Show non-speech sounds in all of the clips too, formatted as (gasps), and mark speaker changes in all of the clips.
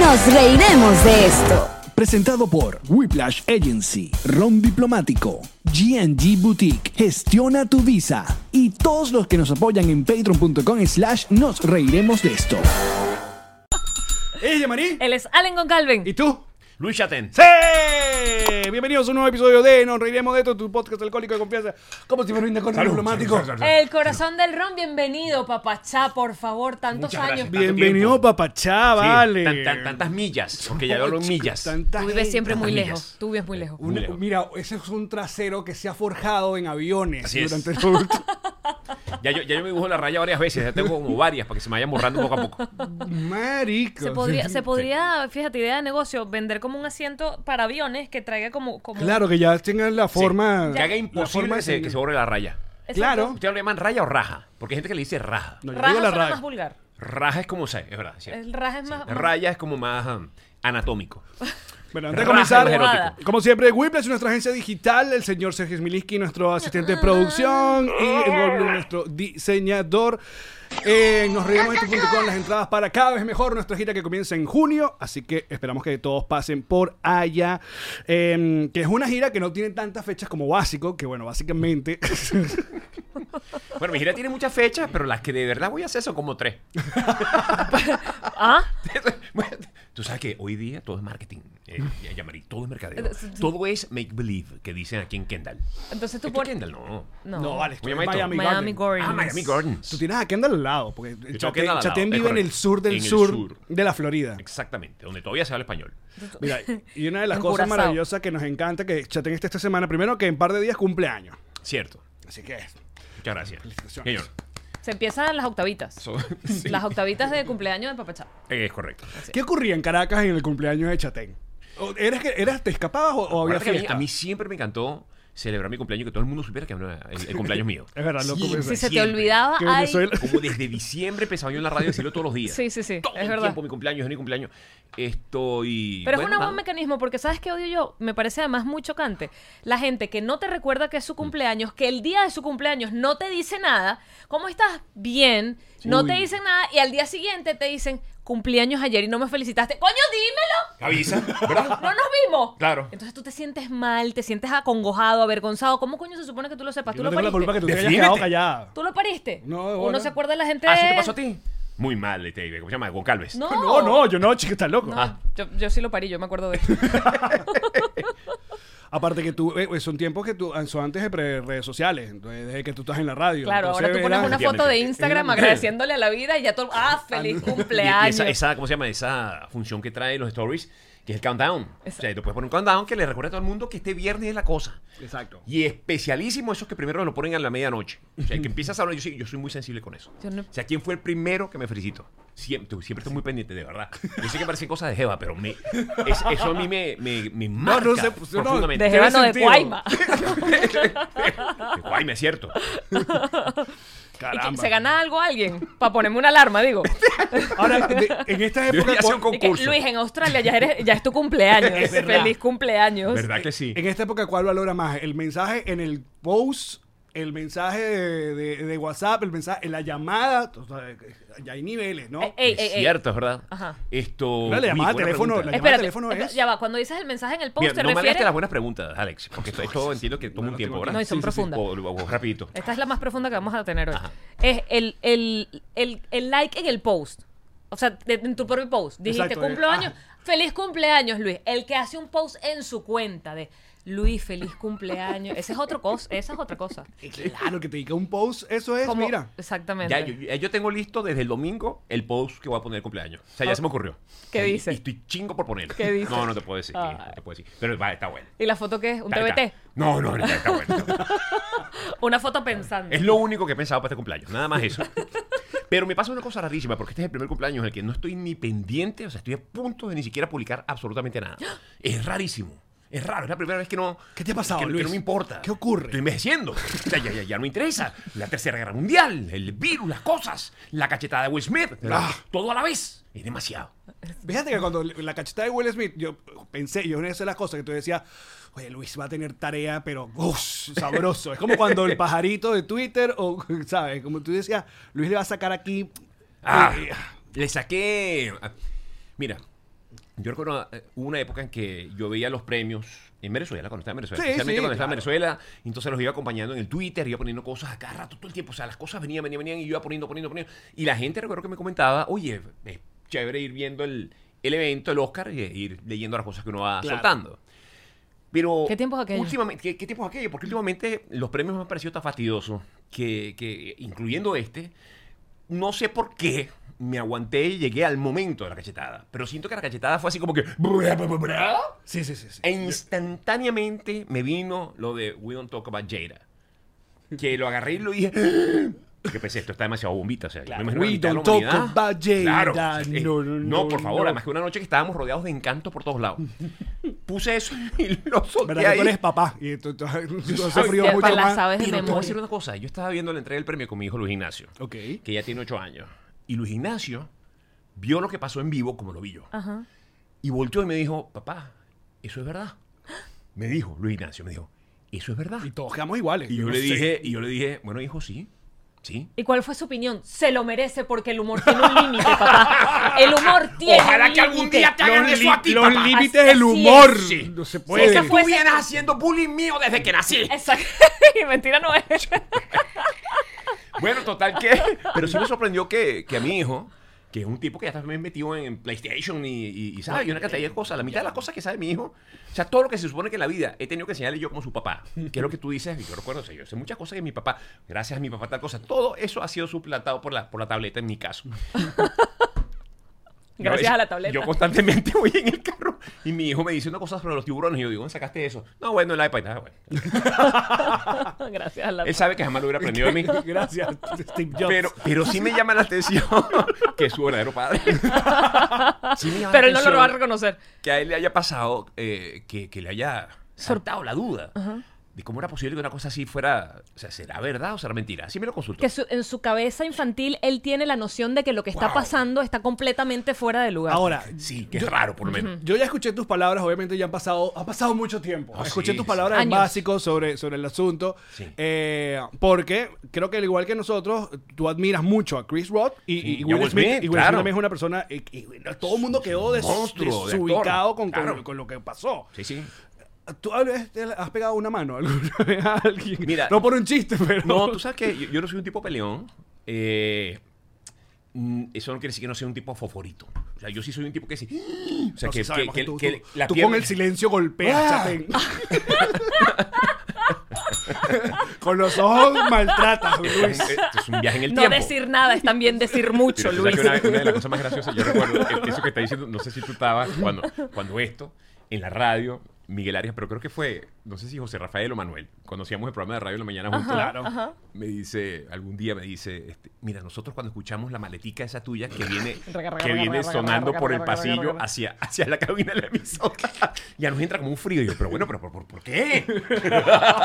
Speaker 1: Nos reiremos de esto.
Speaker 2: Presentado por Whiplash Agency, Ron Diplomático, GNG Boutique, Gestiona tu Visa y todos los que nos apoyan en patreon.com slash nos reiremos de esto. ¡Ella, Marí!
Speaker 3: Él es Allen Goncalven.
Speaker 2: Eh, ¿Y tú?
Speaker 4: Luis Chaten.
Speaker 2: ¡Sí! Bienvenidos a un nuevo episodio de Nos Reiremos de esto, tu podcast alcohólico de confianza. Como si me rinda con el diplomático.
Speaker 3: El corazón del ron, bienvenido, papachá, por favor, tantos
Speaker 4: Muchas
Speaker 3: años.
Speaker 4: gracias.
Speaker 2: Bienvenido, papachá, vale.
Speaker 4: tantas millas, porque ya hablo en millas.
Speaker 2: Tantas
Speaker 3: Tú vives siempre muy
Speaker 4: Millas.
Speaker 3: lejos. Tú vives muy lejos.
Speaker 2: Un-
Speaker 4: Muy lejos.
Speaker 2: mira, ese es un trasero que se ha forjado en aviones
Speaker 4: Así es.
Speaker 2: durante los
Speaker 4: (laughs)
Speaker 2: últimos-
Speaker 4: Ya yo, ya yo me dibujo la raya varias veces, ya tengo como varias para que se me vayan borrando poco a poco.
Speaker 2: Marico.
Speaker 3: Se podría, se podría, fíjate, idea de negocio, vender como un asiento para aviones que traiga como. como
Speaker 2: Claro, que ya tengan la forma.
Speaker 4: Que haga
Speaker 2: la
Speaker 4: imposible
Speaker 2: forma
Speaker 4: que se,
Speaker 2: de-
Speaker 4: que se borre la raya.
Speaker 3: Exacto.
Speaker 2: Claro.
Speaker 4: ¿Usted lo llaman raya o raja? Porque hay gente que le dice raja.
Speaker 2: No, yo
Speaker 3: Raja
Speaker 2: digo la
Speaker 3: suena
Speaker 2: raya.
Speaker 3: más vulgar.
Speaker 4: Raja es como se, es verdad. es cierto.
Speaker 3: El raja es más. más-
Speaker 4: Raya es como más um, anatómico.
Speaker 2: Bueno, antes de
Speaker 4: Raja
Speaker 2: comenzar,
Speaker 4: es más
Speaker 3: erótico.
Speaker 2: como siempre, Whiplash, nuestra agencia digital, el señor Sergio Smiliski, nuestro asistente de producción y Gordo, nuestro diseñador. Eh, nos reiremos de esto con las entradas para cada vez mejor nuestra gira que comienza en junio, así que esperamos que todos pasen por allá, Em, que es una gira que no tiene tantas fechas como básico, que bueno, básicamente (laughs)
Speaker 4: Bueno, mi gira tiene muchas fechas, pero las que de verdad voy a hacer son como tres. (laughs)
Speaker 3: Ah,
Speaker 4: Tú sabes que hoy día todo es marketing, eh, ya llamarí, todo es
Speaker 3: Eh,
Speaker 4: mercadeo. Todo es make believe, que dicen aquí en Kendall.
Speaker 3: entonces tú
Speaker 4: ¿Esto es
Speaker 3: pones.
Speaker 4: Kendall? No.
Speaker 3: No.
Speaker 2: no vale, esto es Miami,
Speaker 4: Miami
Speaker 3: Miami
Speaker 2: Garden.
Speaker 3: Gordon.
Speaker 4: Ah, Miami
Speaker 2: Tú
Speaker 4: Gardens.
Speaker 2: tienes a Kendall al lado, porque
Speaker 4: a
Speaker 2: Chatén,
Speaker 4: Kendall al lado,
Speaker 2: Chatén
Speaker 4: es
Speaker 2: vive en el
Speaker 4: correcto.
Speaker 2: sur del
Speaker 4: En el
Speaker 2: sur,
Speaker 4: sur.
Speaker 2: de la Florida.
Speaker 4: Exactamente, donde todavía se habla español.
Speaker 2: Mira, y una de
Speaker 3: (laughs)
Speaker 2: las
Speaker 3: En
Speaker 2: cosas
Speaker 3: Curazao.
Speaker 2: maravillosas que nos encanta que Chatén esté esta semana, primero que en par de días cumpleaños.
Speaker 4: Cierto.
Speaker 2: Así que
Speaker 4: Muchas gracias.
Speaker 2: Felicitaciones.
Speaker 4: Señor.
Speaker 3: Se empiezan las (laughs) octavitas.
Speaker 4: (laughs) Sí, Eh,
Speaker 3: Las octavitas de cumpleaños de papachá.
Speaker 4: Es correcto.
Speaker 2: ¿Qué ocurría en Caracas en el cumpleaños de Chatén? ¿O ¿Eras que eras, te escapabas o, o había
Speaker 4: Aparte que a, mí,
Speaker 2: fiesta?
Speaker 4: a mí siempre me encantó celebrar mi cumpleaños que todo el mundo supiera que era el, el cumpleaños mío.
Speaker 2: (laughs) Es verdad, loco. pues.
Speaker 3: Si
Speaker 4: Siempre,
Speaker 3: se te
Speaker 4: siempre.
Speaker 3: olvidaba,
Speaker 2: que
Speaker 3: ay.
Speaker 2: Venezuela-
Speaker 4: Como desde diciembre pensaba yo en la radio decirlo todos los días.
Speaker 3: Sí, sí, sí.
Speaker 4: Todo
Speaker 3: Es
Speaker 4: el
Speaker 3: verdad.
Speaker 4: tiempo mi cumpleaños, es mi cumpleaños. Estoy.
Speaker 3: Pero
Speaker 4: bueno,
Speaker 3: es un
Speaker 4: nada.
Speaker 3: buen mecanismo porque ¿sabes qué odio yo? Me parece además muy chocante. La gente que no te recuerda que es su cumpleaños, que el día de su cumpleaños no te dice nada, ¿cómo estás? Bien, no te dicen nada y al día siguiente te dicen cumpleaños ayer y no me felicitaste. ¡Coño, dímelo!
Speaker 4: Avisa, ¿verdad?
Speaker 3: (laughs) ¡No nos vimos!
Speaker 4: Claro.
Speaker 3: Entonces tú te sientes mal, te sientes acongojado, avergonzado. ¿Cómo coño se supone que tú lo sepas?
Speaker 2: Yo
Speaker 3: ¿Tú
Speaker 2: no
Speaker 3: lo
Speaker 2: tengo la culpa que
Speaker 3: pariste?
Speaker 2: tú te hayas
Speaker 4: Defínete.
Speaker 2: quedado callada.
Speaker 3: ¿Tú lo pariste?
Speaker 2: No, bueno.
Speaker 3: Uno se acuerda de la gente...
Speaker 4: ¿Ah, ¿Eso te pasó a ti? Muy mal, te, ¿cómo se llama? Goncalves.
Speaker 3: No.
Speaker 2: No, no, yo no, chica, estás loco.
Speaker 3: Ah, Yo, yo sí lo parí, yo me acuerdo de eso.
Speaker 2: Aparte que tú, eh, son tiempos que tú, son antes de pre- redes sociales, entonces, desde que tú estás en la radio.
Speaker 3: Claro, ahora tú
Speaker 2: Entonces,
Speaker 3: pones
Speaker 2: era-
Speaker 3: una foto de Instagram
Speaker 4: Efectivamente.
Speaker 3: agradeciéndole a la vida y ya todo. ¡Ah, feliz
Speaker 4: Y- y
Speaker 3: cumpleaños!
Speaker 4: esa, esa, ¿cómo se llama? Esa función que trae los stories, que es el countdown. O sea, tú puedes poner un countdown que le recuerda a todo el mundo que este viernes es la cosa.
Speaker 2: Exacto.
Speaker 4: Y especialísimo esos que primero lo ponen a la medianoche. O sea, que empiezas a hablar, yo, sí- yo soy muy sensible con eso.
Speaker 3: Yo no-
Speaker 4: O sea, ¿quién fue el primero que me felicitó? Siempre, tú siempre estoy muy pendiente, de verdad. Yo sé que parecen cosas de Jeva, pero me- es- eso a mí me, me, me marca
Speaker 2: no sé, pues, yo no-
Speaker 4: profundamente.
Speaker 3: de
Speaker 2: tiene
Speaker 3: Jebano de
Speaker 2: sentido.
Speaker 4: (laughs)
Speaker 3: Guayma.
Speaker 4: Que Guay, me
Speaker 3: (laughs)
Speaker 4: es cierto.
Speaker 3: ¿Y que
Speaker 2: Caramba.
Speaker 3: ¿Se gana algo alguien? Para ponerme una alarma, digo.
Speaker 2: Ahora, de- en estas épocas...
Speaker 4: Debería hacer un
Speaker 2: cu-
Speaker 3: Y que,
Speaker 4: concurso.
Speaker 3: Luis, en Australia ya, eres, ya es tu cumpleaños.
Speaker 2: Es verdad.
Speaker 3: feliz cumpleaños.
Speaker 4: ¿Verdad que sí?
Speaker 2: En esta época, ¿cuál valora más? ¿El mensaje en el post? ¿El mensaje de, de- de WhatsApp? ¿El mensaje en la llamada? O sea, ya hay niveles, ¿no?
Speaker 3: Eh, ey,
Speaker 4: es
Speaker 3: ey, ey.
Speaker 4: cierto, es verdad.
Speaker 3: Ajá.
Speaker 4: Esto.
Speaker 2: Dale, llamada
Speaker 4: Uy,
Speaker 2: a
Speaker 4: buena
Speaker 2: teléfono,
Speaker 4: pregunta.
Speaker 2: la llamada
Speaker 3: Espérate,
Speaker 2: a teléfono es-
Speaker 3: ya va, cuando dices el mensaje en el post,
Speaker 4: Mira,
Speaker 3: ¿te
Speaker 4: no me hagas este
Speaker 3: refieres?
Speaker 4: las buenas preguntas, Alex, porque esto, esto entiendo que toma
Speaker 2: No,
Speaker 4: un
Speaker 2: no
Speaker 4: tiempo,
Speaker 2: tengo
Speaker 4: ¿verdad?
Speaker 3: No, y son
Speaker 4: Sí, sí, sí.
Speaker 3: profundas.
Speaker 4: O, o- o rapidito.
Speaker 3: Esta es la más profunda que vamos a tener hoy.
Speaker 4: Ajá.
Speaker 3: Es el, el, el, el like en el post. O sea, de- en tu propio post. Dijiste
Speaker 2: Exacto, eh,
Speaker 3: cumpleaños.
Speaker 2: ah.
Speaker 3: feliz cumpleaños, Luis. El que hace un post en su cuenta de Luis, feliz cumpleaños. Esa es otra cosa. Esa es otra cosa.
Speaker 2: Claro, que te diga un post, eso es,
Speaker 3: Como- (laughs)
Speaker 2: mira.
Speaker 3: Exactamente.
Speaker 4: Ya, yo, yo- yo tengo listo desde el domingo el post que voy a poner el cumpleaños. O sea, ya se me ocurrió.
Speaker 3: Ah. ¿Qué
Speaker 4: Y-
Speaker 3: dice?
Speaker 4: Y estoy chingo por ponerlo.
Speaker 3: ¿Qué dice?
Speaker 4: No, no te puedo decir.
Speaker 3: Ay.
Speaker 4: No te puedo decir. Pero va, está bueno.
Speaker 3: ¿Y la foto qué es? ¿Un
Speaker 4: Está-
Speaker 3: TBT?
Speaker 4: está- No, no, está, está bueno.
Speaker 3: Una foto pensando.
Speaker 4: Es lo único que he pensado para este cumpleaños, nada más eso. (laughs) Pero me pasa una cosa rarísima, porque este es el primer cumpleaños en el que no estoy ni pendiente, o sea, estoy a punto de ni siquiera publicar
Speaker 2: (gasps)
Speaker 4: absolutamente nada. Es rarísimo. Es raro, es la primera vez que no.
Speaker 2: ¿Qué te ha pasado,
Speaker 4: que, que
Speaker 2: Luis?
Speaker 4: no me importa.
Speaker 2: ¿Qué ocurre?
Speaker 4: Estoy envejeciendo. O sea, ya, ya, ya no me interesa. La tercera guerra mundial, el virus, las cosas, la cachetada de Will Smith.
Speaker 2: Ah.
Speaker 4: Todo a la vez. Es demasiado.
Speaker 2: Fíjate que cuando le- la cachetada de Will Smith, yo pensé, yo una de las cosas que tú decías, oye, Luis va a tener tarea, pero uff, sabroso. es como cuando el pajarito de Twitter, o, (laughs) ¿sabes? Como tú decías, Luis le va a sacar aquí.
Speaker 4: Ah,
Speaker 2: eh,
Speaker 4: le saqué. ah, Mira, yo recuerdo eh, hubo una época en que yo veía los premios en Venezuela, cuando estaba en Venezuela,
Speaker 2: Sí,
Speaker 4: especialmente
Speaker 2: sí,
Speaker 4: cuando estaba en
Speaker 2: claro.
Speaker 4: Venezuela, y entonces los iba acompañando en el Twitter, iba poniendo cosas a cada rato todo el tiempo. O sea, las cosas venían, venían, venían, y yo iba poniendo, poniendo, poniendo. Y la gente recuerdo que me comentaba, oye, es chévere ir viendo el, el evento, el Oscar, y ir leyendo las cosas que uno va
Speaker 2: Claro.
Speaker 4: soltando. Pero
Speaker 3: ¿Qué tiempo es aquello?
Speaker 4: Últimamente, ¿qué, qué tiempo es aquello? Porque últimamente los premios me han parecido tan fastidiosos que, que, incluyendo este, no sé por qué me aguanté y llegué al momento de la cachetada. Pero siento que la cachetada fue así como que... (laughs)
Speaker 2: sí, sí, sí. sí.
Speaker 4: E instantáneamente me vino lo de We Don't Talk About Jada. Que lo agarré y lo dije... "Ah". Porque pensé, esto está demasiado bombita. O sea, yo
Speaker 2: Claro.
Speaker 4: me imagino la
Speaker 2: We
Speaker 4: mitad de la
Speaker 2: don't talk
Speaker 4: humanidad.
Speaker 2: about Jada.
Speaker 4: Claro, o sea, eh,
Speaker 2: No,
Speaker 4: no,
Speaker 2: no,
Speaker 4: por
Speaker 2: no,
Speaker 4: favor.
Speaker 2: no.
Speaker 4: Además que una noche que estábamos rodeados de encanto por
Speaker 2: (laughs)
Speaker 4: todos lados. Puse eso y lo solté
Speaker 2: ¿Verdad que
Speaker 4: ahí.
Speaker 2: tú eres papá? Y tú, (laughs) tú- tú has sufrido
Speaker 3: Hostia,
Speaker 2: mucho
Speaker 3: pa' la
Speaker 2: más.
Speaker 3: sabes de
Speaker 4: Pero te voy a
Speaker 3: memoria.
Speaker 4: decir una cosa. Yo estaba viendo la entrega del premio con mi hijo Luis Ignacio,
Speaker 2: Ok.
Speaker 4: que ya tiene ocho años. Y Luis Ignacio vio lo que pasó en vivo como lo vi yo.
Speaker 3: Ajá.
Speaker 4: Y volteó y me dijo, papá, eso es verdad. Me dijo Luis Ignacio, me dijo, eso es verdad.
Speaker 2: Y todos quedamos iguales.
Speaker 4: Y yo
Speaker 2: no
Speaker 4: le
Speaker 2: sé.
Speaker 4: dije, y yo le dije, bueno, hijo, sí, sí.
Speaker 3: ¿Y cuál fue su opinión? Se lo merece porque el humor tiene un límite, papá. El humor tiene
Speaker 4: (laughs) Ojalá
Speaker 3: un
Speaker 4: que algún
Speaker 3: límite.
Speaker 4: día te hagan
Speaker 2: Los
Speaker 4: eso
Speaker 2: li-
Speaker 4: a ti,
Speaker 2: los
Speaker 4: papá.
Speaker 2: límites del
Speaker 3: Así
Speaker 2: humor.
Speaker 4: es. Sí.
Speaker 2: No se
Speaker 4: Si
Speaker 2: puede.
Speaker 3: Esa
Speaker 4: Tú
Speaker 3: fue-
Speaker 4: vienes haciendo bullying mío desde que nací.
Speaker 3: Exacto. Y Mentira no es.
Speaker 4: Bueno, total que. Pero sí me sorprendió que, que a mi hijo, que es un tipo que ya está también metido en PlayStation y, y, y, sabe, y una cantidad de cosas, la mitad de las cosas que sabe mi hijo, o sea, todo lo que se supone que en la vida he tenido que enseñarle yo como su papá, que es lo que tú dices, y yo recuerdo, o sea, yo sé muchas cosas que mi papá, gracias a mi papá, tal cosa, todo eso ha sido suplantado por la, por la tableta en mi caso. Yo,
Speaker 3: (laughs) Gracias
Speaker 4: es-
Speaker 3: a la tableta.
Speaker 4: Yo constantemente (laughs) voy en el carro y mi hijo me dice una cosa sobre los tiburones y yo digo, ¿dónde sacaste eso? No, bueno, el iPad. Ah, bueno.
Speaker 3: Gracias a la
Speaker 4: Él sabe que jamás lo hubiera aprendido
Speaker 3: (laughs)
Speaker 4: de mí.
Speaker 2: Gracias, (laughs) Steve Jobs.
Speaker 4: Pero, pero sí me llama la atención (laughs) que es su verdadero padre. Sí me llama
Speaker 3: Pero
Speaker 4: la
Speaker 3: él no lo va a
Speaker 4: atención
Speaker 3: reconocer.
Speaker 4: Que a él le haya pasado, eh, que, que le haya soltado la duda de cómo era posible que una cosa así fuera. O sea, ¿será verdad o será mentira? Sí me lo consultó.
Speaker 3: Que su- en su cabeza infantil él tiene la noción de que lo que está
Speaker 4: Wow.
Speaker 3: pasando está completamente fuera de lugar.
Speaker 2: Ahora,
Speaker 4: Sí, que es raro, por lo menos.
Speaker 2: Yo ya escuché tus palabras, obviamente ya han pasado, ha pasado mucho tiempo.
Speaker 4: Ah,
Speaker 2: escuché
Speaker 4: sí,
Speaker 2: tus
Speaker 4: sí.
Speaker 2: palabras en
Speaker 3: Años.
Speaker 2: básico sobre, sobre el asunto.
Speaker 4: Sí.
Speaker 2: eh, porque creo que al igual que nosotros, tú admiras mucho a Chris Rock y,
Speaker 4: Sí,
Speaker 2: y
Speaker 4: y a
Speaker 2: Will
Speaker 4: Will
Speaker 2: Smith.
Speaker 4: Smith,
Speaker 2: y Will
Speaker 4: claro.
Speaker 2: Smith también es una persona. Y, y bueno, todo el mundo quedó des-
Speaker 4: monstruo de
Speaker 2: desubicado
Speaker 4: actor,
Speaker 2: con, con-
Speaker 4: claro.
Speaker 2: con lo que pasó.
Speaker 4: Sí, sí.
Speaker 2: ¿Tú has, te has pegado una mano alguna (laughs) vez a alguien?
Speaker 4: Mira-
Speaker 2: (laughs) no por un chiste, pero.
Speaker 4: No, tú sabes que yo, yo no soy un tipo peleón. eh, mm, eso no quiere decir que no sea un tipo foforito. O sea, yo sí soy un tipo que sí. O sea,
Speaker 2: No,
Speaker 4: que,
Speaker 2: sí sabemos
Speaker 4: que-
Speaker 2: tú,
Speaker 4: que-
Speaker 2: tú-
Speaker 4: que la
Speaker 2: tú con
Speaker 4: pierna-
Speaker 2: el silencio golpeas,
Speaker 4: Ah.
Speaker 2: Chapén. (laughs) con los ojos maltratas, Luis.
Speaker 4: Esto es un viaje
Speaker 3: (laughs)
Speaker 4: en el
Speaker 3: no
Speaker 4: tiempo.
Speaker 3: decir nada es también decir mucho,
Speaker 4: Pero tú
Speaker 3: Luis.
Speaker 4: sabes que Una, una de las cosas más graciosas, yo recuerdo que- que eso que está diciendo, no sé si tú estabas cuando, cuando esto, en la radio, Miguel Arias, pero creo que fue, no sé si José Rafael o Manuel, cuando hacíamos el programa de radio en la mañana juntos, claro, me dice, algún día me dice, este, mira, nosotros cuando escuchamos la maletica esa tuya que viene,
Speaker 3: Raga, raga,
Speaker 4: que viene
Speaker 3: raga,
Speaker 4: sonando
Speaker 3: raga,
Speaker 4: por el
Speaker 3: raga, raga,
Speaker 4: pasillo
Speaker 3: raga.
Speaker 4: hacia, hacia la cabina de la emisora, ya nos entra como un frío. Y yo, pero bueno, pero ¿por, por- por qué?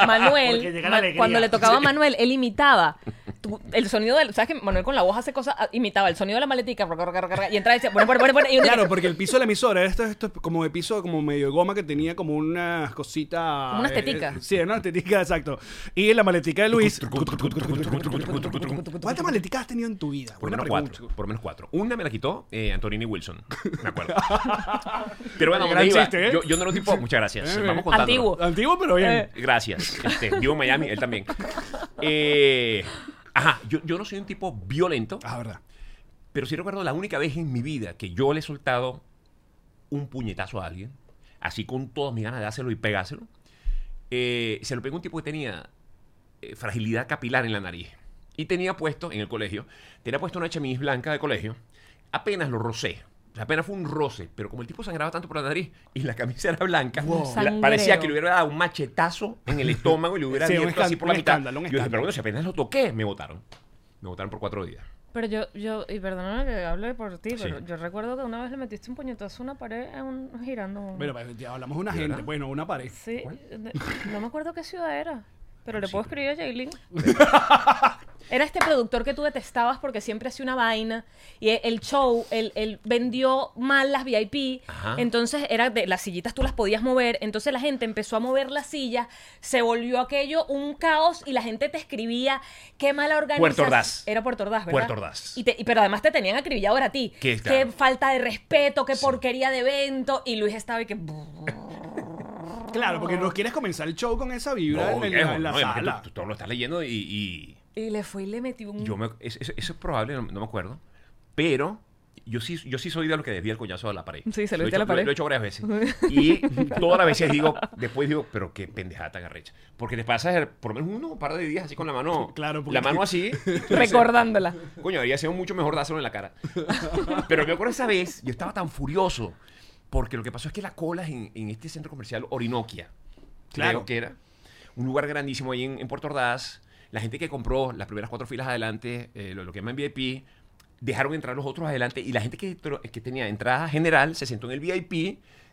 Speaker 3: Manuel, Ma- cuando le tocaba a Manuel, él imitaba tu- el sonido del. ¿Sabes que Manuel con la voz hace cosas? ah, Imitaba el sonido de la maletica. raca, raca, raca, Y entra y dice, bueno, bueno, bueno, bueno, y uno
Speaker 2: Claro,
Speaker 3: dice,
Speaker 2: porque el piso de la emisora, esto, esto es como de piso como medio de goma que tenía como unas cositas.
Speaker 3: Como unas
Speaker 2: eh,
Speaker 3: teticas.
Speaker 2: eh, sí, unas teticas, exacto. Y la maletica de Luis. ¿Cuántas maleticas has tenido en tu vida?
Speaker 4: Por
Speaker 2: Buena
Speaker 4: lo menos
Speaker 2: pregunta.
Speaker 4: cuatro. Por lo menos cuatro. Una me la quitó eh, Antonini Wilson.
Speaker 2: (laughs)
Speaker 4: Me acuerdo. Pero bueno,
Speaker 2: Gran
Speaker 4: por ahí va.
Speaker 2: chiste, ¿eh?
Speaker 4: yo, yo no era un tipo. Muchas gracias.
Speaker 2: Eh,
Speaker 4: Vamos
Speaker 2: eh.
Speaker 4: contándolo.
Speaker 3: Antiguo.
Speaker 2: Antiguo, pero bien.
Speaker 3: Eh.
Speaker 4: Gracias. Este, vivo en Miami, él también. Eh, ajá, yo, yo no soy un tipo violento,
Speaker 2: Ah, verdad.
Speaker 4: pero sí recuerdo la única vez en mi vida que yo le he soltado un puñetazo a alguien, así con todas mis ganas de dárselo y pegárselo. Eh, se lo pegó un tipo que tenía eh, fragilidad capilar en la nariz. Y tenía puesto, en el colegio, tenía puesto una chemise blanca de colegio. Apenas lo rocé. O sea, apenas fue un roce. Pero como el tipo sangraba tanto por la nariz y la camisa era blanca, la-
Speaker 3: Sangrero.
Speaker 4: parecía que le hubiera dado un machetazo en el estómago y le hubiera
Speaker 2: (laughs) Sí, un
Speaker 4: abierto así
Speaker 2: escan-
Speaker 4: por la
Speaker 2: un
Speaker 4: mitad.
Speaker 2: escándalo, un
Speaker 4: Yo dije, pero
Speaker 2: escándalo.
Speaker 4: bueno, si apenas lo toqué, me votaron. Me votaron por cuatro días.
Speaker 3: Pero yo, yo, y perdóname que hable por ti,
Speaker 4: Sí.
Speaker 3: pero yo recuerdo que una vez le metiste un puñetazo a una pared en un, girando. un-
Speaker 2: Bueno, pues, ya hablamos de una gente,
Speaker 4: verdad?
Speaker 2: bueno, una pared.
Speaker 3: sí, de- no me acuerdo qué ciudad era, pero le puedo escribir a
Speaker 4: (laughs)
Speaker 3: Jaylin. Era este productor que tú detestabas porque siempre hacía una vaina y e- el show, él, él vendió mal las VIP,
Speaker 4: Ajá.
Speaker 3: entonces era de las sillitas tú las podías mover, entonces la gente empezó a mover las sillas, se volvió aquello un caos y la gente te escribía qué mala organización.
Speaker 4: Puerto Ordaz.
Speaker 3: Era Puerto Ordaz, ¿verdad?
Speaker 4: Puerto Ordaz.
Speaker 3: Y te- y- pero además te tenían acribillado ahora a ti.
Speaker 4: Que,
Speaker 3: Qué
Speaker 4: claro.
Speaker 3: falta de respeto, qué porquería de evento y Luis estaba y que
Speaker 2: Claro, porque no quieres comenzar el show con esa vibra en,
Speaker 4: No,
Speaker 2: el-
Speaker 4: viejo,
Speaker 2: en la
Speaker 4: no, además que
Speaker 2: sala.
Speaker 4: Tú, tú todo lo estás leyendo y, y-
Speaker 3: y le fue y le metió un
Speaker 4: yo me, es- es- eso es probable, no, no me acuerdo. Pero yo sí, yo sí soy de los que desvía el coñazo a la pared.
Speaker 3: Sí, se lo
Speaker 4: he
Speaker 3: diste a la
Speaker 4: hecho-
Speaker 3: pared.
Speaker 4: Lo, he hecho varias veces.
Speaker 3: (laughs)
Speaker 4: Y todas las veces digo, después digo, pero qué pendejada tan arrecha. Porque te pasas el- por lo menos uno o un par de días así con la mano.
Speaker 2: (laughs) Claro, porque-
Speaker 4: La mano así.
Speaker 3: recordándola.
Speaker 4: Coño, habría sido mucho mejor dárselo en
Speaker 2: (laughs)
Speaker 4: la cara. Pero me acuerdo esa vez, yo estaba tan furioso. Porque lo que pasó es que la cola es en, en este centro comercial Orinoquia.
Speaker 2: Claro.
Speaker 4: Creo que era. Un lugar grandísimo ahí en, en Puerto Ordaz. La gente que compró las primeras cuatro filas adelante, eh, lo, lo que llaman VIP, dejaron entrar los otros adelante. Y la gente que, tro- que tenía entrada general se sentó en el VIP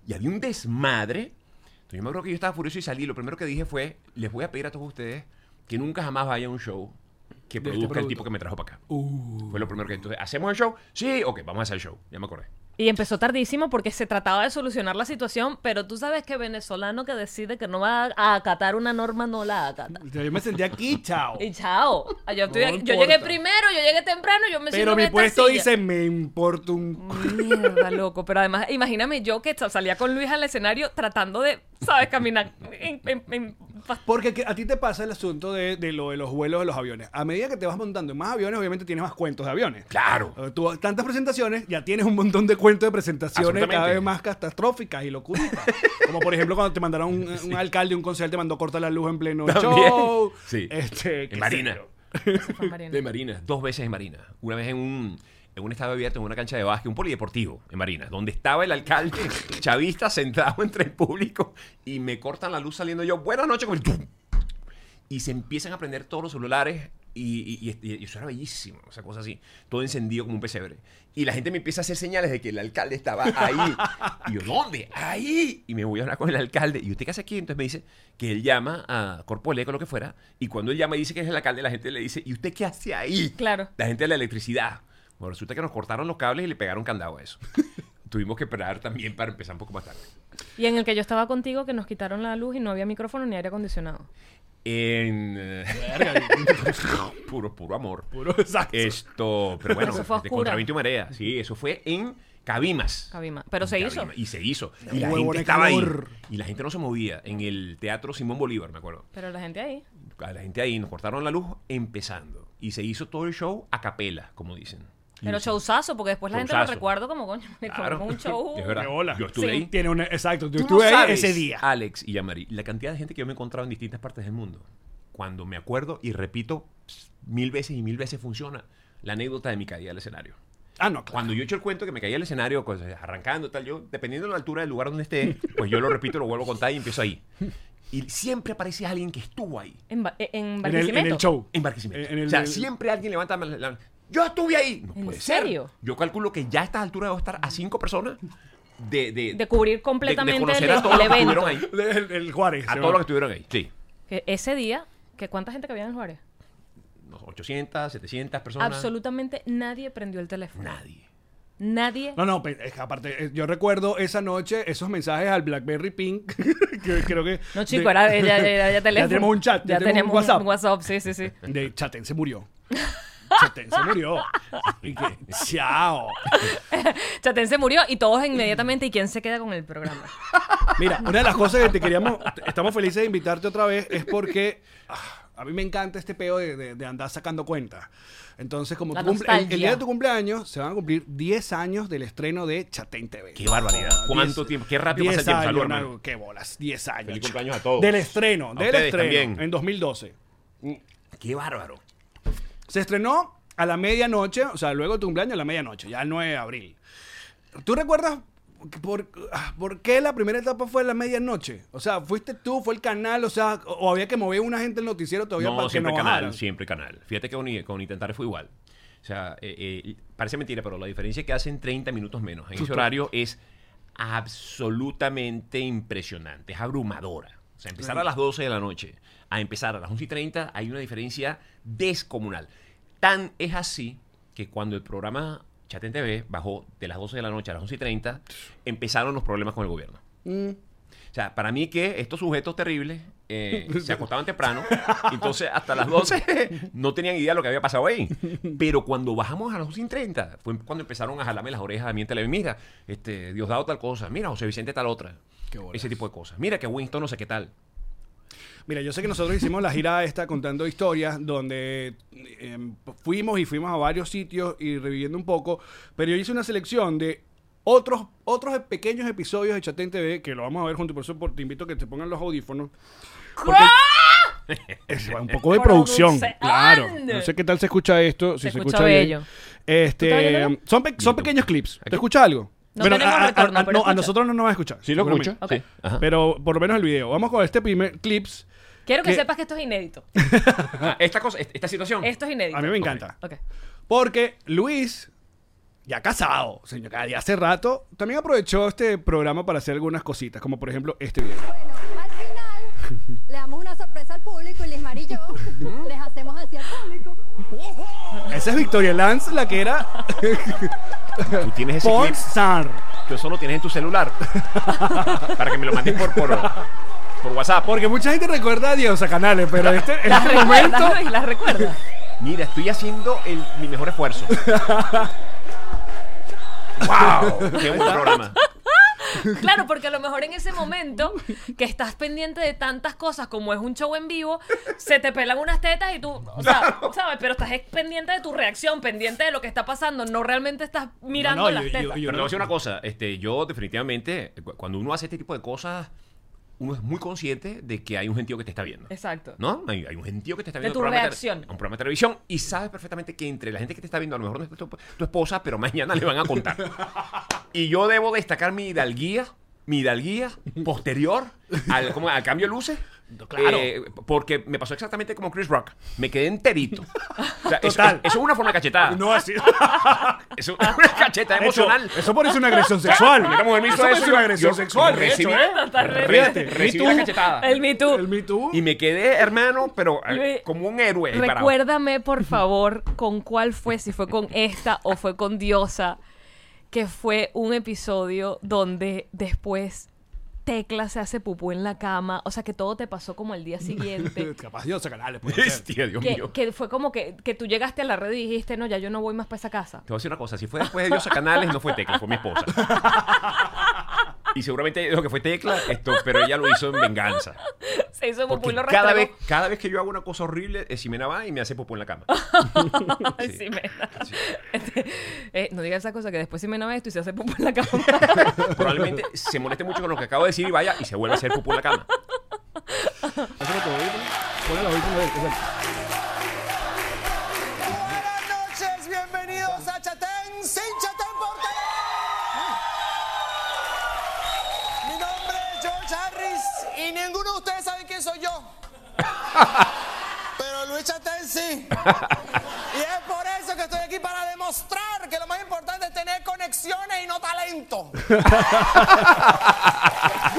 Speaker 4: y había un desmadre. Entonces yo me acuerdo que yo estaba furioso y salí. Lo primero que dije fue, les voy a pedir a todos ustedes que nunca jamás vayan a un show que
Speaker 2: De este
Speaker 4: produzca el
Speaker 2: producto.
Speaker 4: tipo que me trajo para acá.
Speaker 2: Uh,
Speaker 4: Fue lo primero que entonces, ¿hacemos el show? Sí, ok, vamos a hacer el show. Ya me acordé.
Speaker 3: Y empezó tardísimo porque se trataba de solucionar la situación, pero tú sabes que venezolano que decide que no va a acatar una norma no la acata.
Speaker 2: yo me sentí
Speaker 4: (laughs)
Speaker 2: aquí, chao.
Speaker 3: Y chao. Ah, Yo, estoy-
Speaker 2: No
Speaker 3: yo
Speaker 2: importa.
Speaker 3: llegué primero, yo llegué temprano, yo me siento
Speaker 2: Pero mi puesto dice, me importa un... c-".
Speaker 3: Mierda, loco. Pero además, imagíname yo que salía con Luis al escenario tratando de, ¿sabes? Caminar en- en- en-
Speaker 2: Porque que- a ti te pasa el asunto de, de lo de los vuelos de los aviones. A medida que te vas montando en más aviones, obviamente tienes más cuentos de aviones. (laughs)
Speaker 4: ¡Claro!
Speaker 2: Eh, Tú, tantas presentaciones, ya tienes un montón de cuentos de presentaciones cada
Speaker 4: Absolutamente.
Speaker 2: vez más catastróficas y
Speaker 4: (laughs)
Speaker 2: locuritas. Como por ejemplo cuando te mandaron un, un alcalde, un concejal te mandó cortar la luz en pleno
Speaker 4: También.
Speaker 2: show.
Speaker 4: Sí.
Speaker 2: Este, qué
Speaker 4: En Marina.
Speaker 2: sé yo.
Speaker 3: Se fue Mariana.
Speaker 4: De Marina. Dos veces en Marina. Una vez en un, en un estado abierto, en una cancha de básquet, un polideportivo en Marina, donde estaba el alcalde (laughs) chavista sentado entre el público y me cortan la luz saliendo yo, buenas noches, con el tum". Y se empiezan a prender todos los celulares y, y- este, y- y eso era bellísimo, esa cosa así. Todo encendido como un pesebre. Y la gente me empieza a hacer señales de que el alcalde estaba ahí. Y yo, ¿dónde? Ahí. Y me voy a hablar con el alcalde. ¿Y usted qué hace aquí? Entonces me dice que él llama a Corpo Leco, lo que fuera. Y cuando él llama y dice que es el alcalde, la gente le dice, ¿y usted qué hace ahí?
Speaker 3: Claro.
Speaker 4: La gente de la electricidad. Bueno, resulta que nos cortaron los cables y le pegaron candado a eso. Tuvimos que esperar también para empezar un poco más tarde.
Speaker 3: Y en el que yo estaba contigo, que nos quitaron la luz y no había micrófono ni aire acondicionado.
Speaker 4: En... eh, (laughs) puro, puro amor.
Speaker 2: Puro (laughs) exacto.
Speaker 3: (laughs)
Speaker 4: Esto, pero bueno,
Speaker 3: Eso fue
Speaker 4: de
Speaker 3: oscura.
Speaker 4: contra viento y marea. Sí, eso fue en Cabimas.
Speaker 3: Cabima. Pero
Speaker 4: En
Speaker 3: se hizo.
Speaker 4: Cabima, Y se hizo. Y la
Speaker 2: huevo
Speaker 4: gente
Speaker 2: de
Speaker 4: estaba ahí.
Speaker 2: calor.
Speaker 4: Y la gente no se movía. En el Teatro Simón Bolívar, me acuerdo.
Speaker 3: Pero la gente ahí.
Speaker 4: A la gente ahí nos cortaron la luz empezando. Y se hizo todo el show a capela, como dicen. Y
Speaker 3: Pero
Speaker 4: sí,
Speaker 3: showzazo, porque después la gente
Speaker 4: Showzazo.
Speaker 3: lo recuerdo como coño,
Speaker 4: Claro.
Speaker 3: como un show.
Speaker 4: Es verdad.
Speaker 2: De bola.
Speaker 4: (laughs) Yo estuve
Speaker 3: Sí.
Speaker 4: ahí.
Speaker 2: Tiene una, exacto, yo
Speaker 4: Tú
Speaker 2: estuve
Speaker 4: no
Speaker 2: ahí
Speaker 4: sabes,
Speaker 2: ese día.
Speaker 4: Alex y Yamari, la cantidad de gente que yo me he encontrado en distintas partes del mundo. Cuando me acuerdo y repito pss, mil veces y mil veces funciona la anécdota de mi caída del escenario.
Speaker 2: Ah, no, claro.
Speaker 4: Cuando yo he hecho el cuento que me caía el escenario, pues, arrancando tal, yo, dependiendo de la altura del lugar donde esté, pues yo lo repito, lo vuelvo a contar y empiezo ahí. Y siempre aparece alguien que estuvo ahí,
Speaker 3: En, ba- eh,
Speaker 2: En el,
Speaker 3: en
Speaker 2: en el
Speaker 3: Barquisimeto.
Speaker 2: show.
Speaker 4: en Barquisimeto.
Speaker 2: En el-
Speaker 4: o sea,
Speaker 2: el- (laughs)
Speaker 4: siempre alguien levanta la, la- Yo estuve ahí. No
Speaker 3: ¿En
Speaker 4: puede
Speaker 3: serio?
Speaker 4: ser. Yo calculo que ya a esta altura debo estar a cinco personas de... de-
Speaker 3: De cubrir
Speaker 4: de- de
Speaker 3: completamente
Speaker 4: conocer
Speaker 3: el,
Speaker 4: a todos
Speaker 3: el
Speaker 4: los que
Speaker 3: evento.
Speaker 4: estuvieron
Speaker 2: (laughs)
Speaker 4: ahí.
Speaker 2: El, el Juárez.
Speaker 4: A
Speaker 2: se
Speaker 4: todos los
Speaker 2: llama.
Speaker 4: que estuvieron ahí, sí.
Speaker 3: Que ese día, que ¿cuánta gente que había en Juárez?
Speaker 4: No, 800, 700 personas.
Speaker 3: Absolutamente nadie prendió el teléfono.
Speaker 4: Nadie.
Speaker 3: Nadie.
Speaker 2: No, no, pe- es que aparte, eh, yo recuerdo esa noche esos mensajes al Blackberry Pink, (laughs) que creo que...
Speaker 3: No, chico,
Speaker 2: de- (laughs)
Speaker 3: era, ya, ya- ya teléfono.
Speaker 2: Ya tenemos un chat, ya, tenemos, un WhatsApp.
Speaker 3: sí, sí, sí.
Speaker 2: De Chatén se murió. Chatén se murió. Y que, chao.
Speaker 3: Chatén se murió y todos inmediatamente. ¿Y quién se queda con el programa?
Speaker 2: Mira, una de las cosas que te queríamos, estamos felices de invitarte otra vez, es porque ah, a mí me encanta este peo de, de- de andar sacando cuentas. Entonces, como
Speaker 3: La
Speaker 2: tu cumple- el, el día
Speaker 3: nostalgia.
Speaker 2: de tu cumpleaños se van a cumplir 10 años del estreno de Chatén TV.
Speaker 4: Qué barbaridad.
Speaker 2: Joda,
Speaker 4: ¿Cuánto
Speaker 2: 10
Speaker 4: tiempo? Qué rápido pasa
Speaker 2: 10
Speaker 4: el tiempo. Salud,
Speaker 2: años,
Speaker 4: hermano.
Speaker 2: Naru, Qué bolas, 10 años.
Speaker 4: Feliz
Speaker 2: chico.
Speaker 4: cumpleaños a todos.
Speaker 2: Del estreno,
Speaker 4: A
Speaker 2: del
Speaker 4: ustedes
Speaker 2: estreno.
Speaker 4: también.
Speaker 2: En 2012.
Speaker 4: Qué bárbaro.
Speaker 2: Se estrenó a la medianoche, o sea, luego de tu cumpleaños a la medianoche, ya el 9 de abril. ¿Tú recuerdas por, ah, por qué la primera etapa fue a la medianoche? O sea, fuiste tú, fue el canal, o sea, o, o había que mover una gente el noticiero todavía para
Speaker 4: No,
Speaker 2: que
Speaker 4: siempre
Speaker 2: no
Speaker 4: canal,
Speaker 2: bajaran.
Speaker 4: siempre canal. Fíjate que con, I- con Intentar fue igual. O sea, eh, eh, parece mentira, pero la diferencia es que hacen 30 minutos menos en ese horario es absolutamente impresionante, es abrumadora. O sea, empezar a las 12 de la noche, a empezar a las 11 y 30, hay una diferencia descomunal. Tan es así que cuando el programa Chat en TV bajó de las 12 de la noche a las 11 y 30, empezaron los problemas con el gobierno. O sea, para mí que estos sujetos terribles
Speaker 2: (laughs)
Speaker 4: eh, se acostaban temprano, entonces hasta las 12 (laughs) no tenían idea de lo que había pasado ahí. Pero cuando bajamos a las 11 y 30, fue cuando empezaron a jalarme las orejas a mí en Televen. Mira, este, Diosdado tal cosa, mira, José Vicente tal otra.
Speaker 2: Qué bolas.
Speaker 4: Ese tipo de cosas. Mira que Winston no sé qué tal.
Speaker 2: Mira, yo sé que nosotros hicimos la gira esta contando historias donde eh, fuimos y fuimos a varios sitios y reviviendo un poco, pero yo hice una selección de otros otros pequeños episodios de Chatén TV que lo vamos a ver junto, por eso por- te invito a que te pongan los audífonos. Porque- Es un poco de producción,
Speaker 3: Producción.
Speaker 2: claro. No sé qué tal se escucha esto, si
Speaker 3: Se
Speaker 2: se,
Speaker 3: escucha
Speaker 2: bien.
Speaker 3: bello.
Speaker 2: Este,
Speaker 3: ¿Tú estás oyéndolo?
Speaker 2: son, pe- son pequeños clips. ¿Te escucha algo?
Speaker 3: No
Speaker 2: Bueno,
Speaker 3: tenemos
Speaker 2: a, a-
Speaker 3: retorno,
Speaker 2: a-
Speaker 3: pero
Speaker 2: no, a
Speaker 3: escucha.
Speaker 2: nosotros no nos va a escuchar.
Speaker 4: Sí, lo
Speaker 2: seguramente.
Speaker 4: escucho. Sí. Ajá.
Speaker 2: Pero por lo menos el video. Vamos con este primer clips.
Speaker 3: Quiero que
Speaker 2: ¿Qué?
Speaker 3: sepas que esto es inédito.
Speaker 4: Ah, esta cosa, esta situación.
Speaker 3: Esto es inédito.
Speaker 2: A mí me encanta.
Speaker 3: Ok.
Speaker 2: Porque Luis, ya casado, señor, ya hace rato, también aprovechó este programa para hacer algunas cositas, como por ejemplo este video.
Speaker 5: Bueno, al final le damos una sorpresa al público y Lismar y yo les hacemos así al público.
Speaker 2: Esa es Victoria Lance, la que
Speaker 3: (laughs)
Speaker 2: era
Speaker 4: Tú tienes ese
Speaker 2: Porn
Speaker 4: clip,
Speaker 2: Star.
Speaker 4: tú eso lo tienes en tu celular. (laughs) para que me lo mandes por, por, por WhatsApp.
Speaker 2: Porque mucha gente recuerda a Dios a canales, pero este (laughs) en
Speaker 3: Las
Speaker 2: este
Speaker 3: recuerdas,
Speaker 2: momento.
Speaker 3: Luis, las recuerdas.
Speaker 4: Mira, estoy haciendo el- mi mejor (laughs) esfuerzo. ¡Wow! ¡Qué buen programa!
Speaker 3: Claro, porque a lo mejor en ese momento que estás pendiente de tantas cosas como es un show en vivo, se te pelan unas tetas y tú, o sea, ¿sabes? Pero estás pendiente de tu reacción, pendiente de lo que está pasando, no realmente estás mirando
Speaker 2: No, no,
Speaker 3: las
Speaker 2: yo- yo- yo-
Speaker 3: tetas.
Speaker 4: Pero te voy a decir una cosa. Este, yo definitivamente, cu- cuando uno hace este tipo de cosas, uno es muy consciente de que hay un gentío que te está viendo.
Speaker 3: Exacto.
Speaker 4: ¿No? Hay, hay un gentío que te está
Speaker 3: De
Speaker 4: viendo.
Speaker 3: tu
Speaker 4: un programa
Speaker 3: reacción.
Speaker 4: tele- un programa de televisión y sabes perfectamente que entre la gente que te está viendo, a lo mejor no es tu, tu esposa, pero mañana le van a contar. y yo debo destacar mi hidalguía, mi hidalguía posterior al, ¿cómo? al cambio de luces.
Speaker 2: Claro.
Speaker 4: eh, porque me pasó exactamente como Chris Rock. Me quedé enterito. O sea, eso,
Speaker 2: Total.
Speaker 4: eso es una forma de cachetada.
Speaker 2: No así.
Speaker 4: (laughs) Eso es una cacheta emocional.
Speaker 2: Eso, eso (laughs) parece una agresión sexual.
Speaker 4: Porque como él me hizo
Speaker 2: eso parece
Speaker 4: yo-
Speaker 2: una agresión
Speaker 4: yo
Speaker 2: sexual. de
Speaker 4: recibí-
Speaker 2: hecho, ¿eh?
Speaker 3: Totalmente.
Speaker 4: re-
Speaker 2: Me
Speaker 4: recibí
Speaker 2: Too.
Speaker 4: una cachetada.
Speaker 3: El Me Too.
Speaker 2: El Me Too.
Speaker 4: Y me quedé, hermano, pero eh,
Speaker 3: Luis,
Speaker 4: como un héroe. ahí parado.
Speaker 3: Recuérdame, por favor, con cuál fue, si fue con esta o fue con Diosa, que fue un episodio donde después Tecla se hace pupú en la cama, o sea, que todo te pasó como al
Speaker 2: (laughs)
Speaker 3: día siguiente.
Speaker 2: Capaz Dios a canales. (laughs) puede ser.
Speaker 4: (laughs) Bestia, Dios
Speaker 3: que,
Speaker 4: mío.
Speaker 3: que fue como que, que tú llegaste a la red y dijiste, no, ya yo no voy más para esa casa.
Speaker 4: Te voy a decir una cosa, si fue después de Dios a Canales, no fue Tecla, fue mi
Speaker 3: (laughs)
Speaker 4: esposa. Y seguramente lo que fue Tecla, esto, pero ella lo hizo en venganza.
Speaker 3: Se hizo pupú y
Speaker 4: Porque
Speaker 3: lo
Speaker 4: cada vez,
Speaker 3: restregó.
Speaker 4: cada vez que yo hago una cosa horrible, eh, Ximena va y me hace popó en
Speaker 3: (laughs)
Speaker 4: la cama.
Speaker 3: Ay,
Speaker 4: Sí.
Speaker 3: Ximena.
Speaker 4: Sí.
Speaker 3: Este, (laughs) eh, no digas esa cosa que después si me esto y se hace pupú en la cama.
Speaker 4: Probablemente se moleste mucho con lo que acabo de decir y vaya y se vuelve a hacer popó en la cama.
Speaker 2: Eso no te voy a poner. Ponle la voz y ponle- exacto.
Speaker 6: Buenas noches, bienvenidos a Chatén, sin Chatén por Televisión. Mi nombre es George Harris y ninguno de ustedes sabe quién
Speaker 7: (laughs)
Speaker 6: soy yo. Pero Luis
Speaker 7: (laughs)
Speaker 6: Chatén sí. Y es por eso que estoy aquí para demostrar que lo más importante es tener conexiones y no talento.
Speaker 3: (laughs)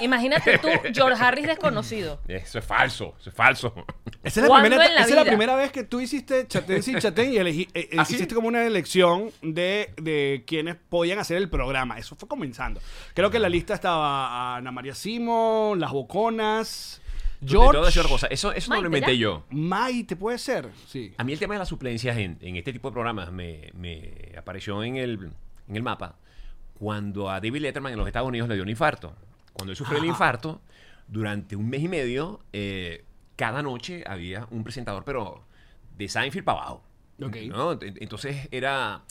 Speaker 3: Imagínate tú, George Harris desconocido.
Speaker 4: Eso es falso, eso es falso.
Speaker 2: Esa es, la
Speaker 3: ¿Cuándo
Speaker 2: primera,
Speaker 3: en la
Speaker 2: esa es la
Speaker 3: vida?
Speaker 2: primera vez que tú hiciste chatén sin chatén y elegí- eh, eh,
Speaker 4: ¿Ah, sí?
Speaker 2: hiciste como una elección de, de quienes podían hacer el programa. Eso fue comenzando. Creo que en la lista estaba Ana María Simón, Las Boconas,
Speaker 4: Yo te voy a decir
Speaker 2: George,
Speaker 4: una cosa, eso, eso no lo
Speaker 3: Maite,
Speaker 4: inventé
Speaker 3: ya.
Speaker 4: yo.
Speaker 2: Maite, ¿puede ser? Sí.
Speaker 4: A mí el tema de las suplencias en, en este tipo de programas me, me apareció en el, en el mapa cuando a David Letterman en los Estados Unidos le dio un infarto. Cuando él sufrió el infarto, durante un mes y medio, eh, cada noche había un presentador, pero de Seinfeld para abajo.
Speaker 2: Ok.
Speaker 4: ¿no? Ent- Entonces era.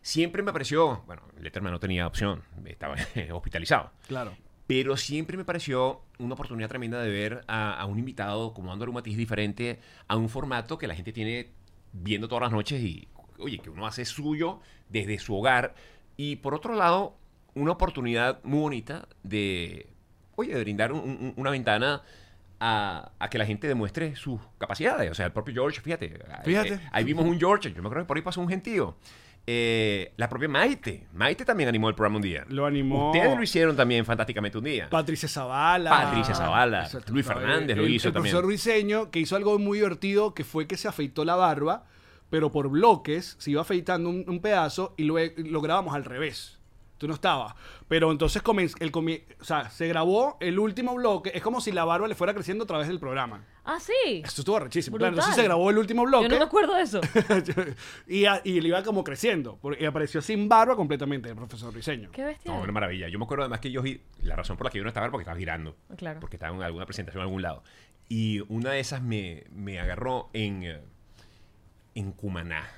Speaker 4: Siempre me pareció. Bueno, Letterman no tenía opción, estaba (laughs) hospitalizado.
Speaker 2: Claro.
Speaker 4: Pero siempre me pareció una oportunidad tremenda de ver a, a un invitado como dando un matiz diferente a un formato que la gente tiene viendo todas las noches y, oye, que uno hace suyo desde su hogar. Y por otro lado, una oportunidad muy bonita de, oye, de brindar un- un- una ventana a, a que la gente demuestre sus capacidades. O sea, el propio George, fíjate. ahí-
Speaker 2: Fíjate.
Speaker 4: Ahí, vimos un George, yo me acuerdo que por ahí pasó un gentío. Eh, la propia Maite. Maite también animó el programa un día.
Speaker 2: Lo animó.
Speaker 4: Ustedes lo hicieron también fantásticamente un día.
Speaker 2: Patricia Zavala.
Speaker 4: Patricia Zavala,
Speaker 2: Exacto.
Speaker 4: Luis Fernández lo
Speaker 2: El-
Speaker 4: hizo
Speaker 2: el
Speaker 4: también.
Speaker 2: profesor Briseño, que hizo algo muy divertido, que fue que se afeitó la barba, pero por bloques, se iba afeitando un, un pedazo y lo, lo grabamos al revés. Tú no estabas. Pero entonces comen- el comi- o sea, se grabó el último bloque. Es como si la barba le fuera creciendo a través del programa.
Speaker 3: Ah, sí.
Speaker 2: Esto estuvo rechísimo.
Speaker 3: Brutal.
Speaker 2: Claro, entonces se grabó el último bloque.
Speaker 3: Yo no me acuerdo de (laughs) eso.
Speaker 2: y, a- y le iba como creciendo. por- Y apareció sin barba completamente el profesor Briseño.
Speaker 3: Qué bestia.
Speaker 4: No, una maravilla. Yo me acuerdo además que yo gi- la razón por la que yo no estaba era porque estaba girando.
Speaker 3: Claro.
Speaker 4: Porque estaba en alguna presentación en algún lado. Y una de esas me, me agarró en, eh, en Cumaná.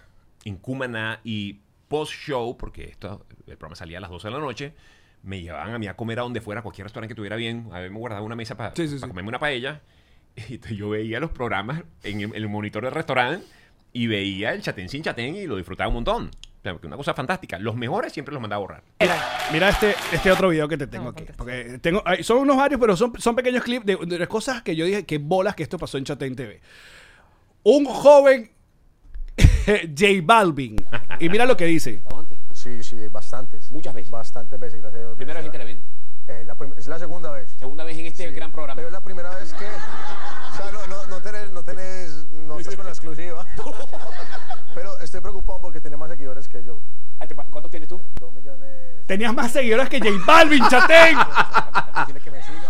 Speaker 4: En Cumaná y post-show, porque esto, el programa salía a las 12 de la noche, me llevaban a mí a comer a donde fuera, a cualquier restaurante que tuviera bien. Habíamos guardado una mesa para
Speaker 2: Sí, sí, sí.
Speaker 4: comerme una paella. (laughs) Y entonces yo veía los programas en el, el monitor del restaurante y veía el chatén sin chatén y lo disfrutaba un montón. O sea, porque una cosa fantástica. Los mejores siempre los mandaba a borrar.
Speaker 2: Mira este, este otro video que te tengo
Speaker 3: No,
Speaker 2: aquí.
Speaker 3: contesta.
Speaker 2: Porque tengo, ay, son unos varios, pero son, son pequeños clips de, de las cosas que yo dije que bolas que esto pasó en Chatén TV. Un joven (laughs) J Balvin. Y mira lo que dice.
Speaker 7: Sí, sí, bastantes.
Speaker 8: Muchas veces.
Speaker 7: Bastantes veces, gracias a Dios.
Speaker 8: Primera vez que te la ven.
Speaker 7: Eh, la prim- es la segunda vez.
Speaker 8: Segunda vez en este
Speaker 7: Sí,
Speaker 8: gran programa.
Speaker 7: Pero es la primera vez que. O sea, no, no, no tenés, no tenés, no estás con
Speaker 8: (laughs)
Speaker 7: la exclusiva. Pero estoy preocupado porque tiene más seguidores que
Speaker 8: (laughs)
Speaker 7: yo.
Speaker 8: Ah, te pa- ¿Cuántos tienes tú?
Speaker 7: Dos millones.
Speaker 2: Tenías más seguidores que J Balvin, (laughs) Chatén.
Speaker 7: Dile que me sigan.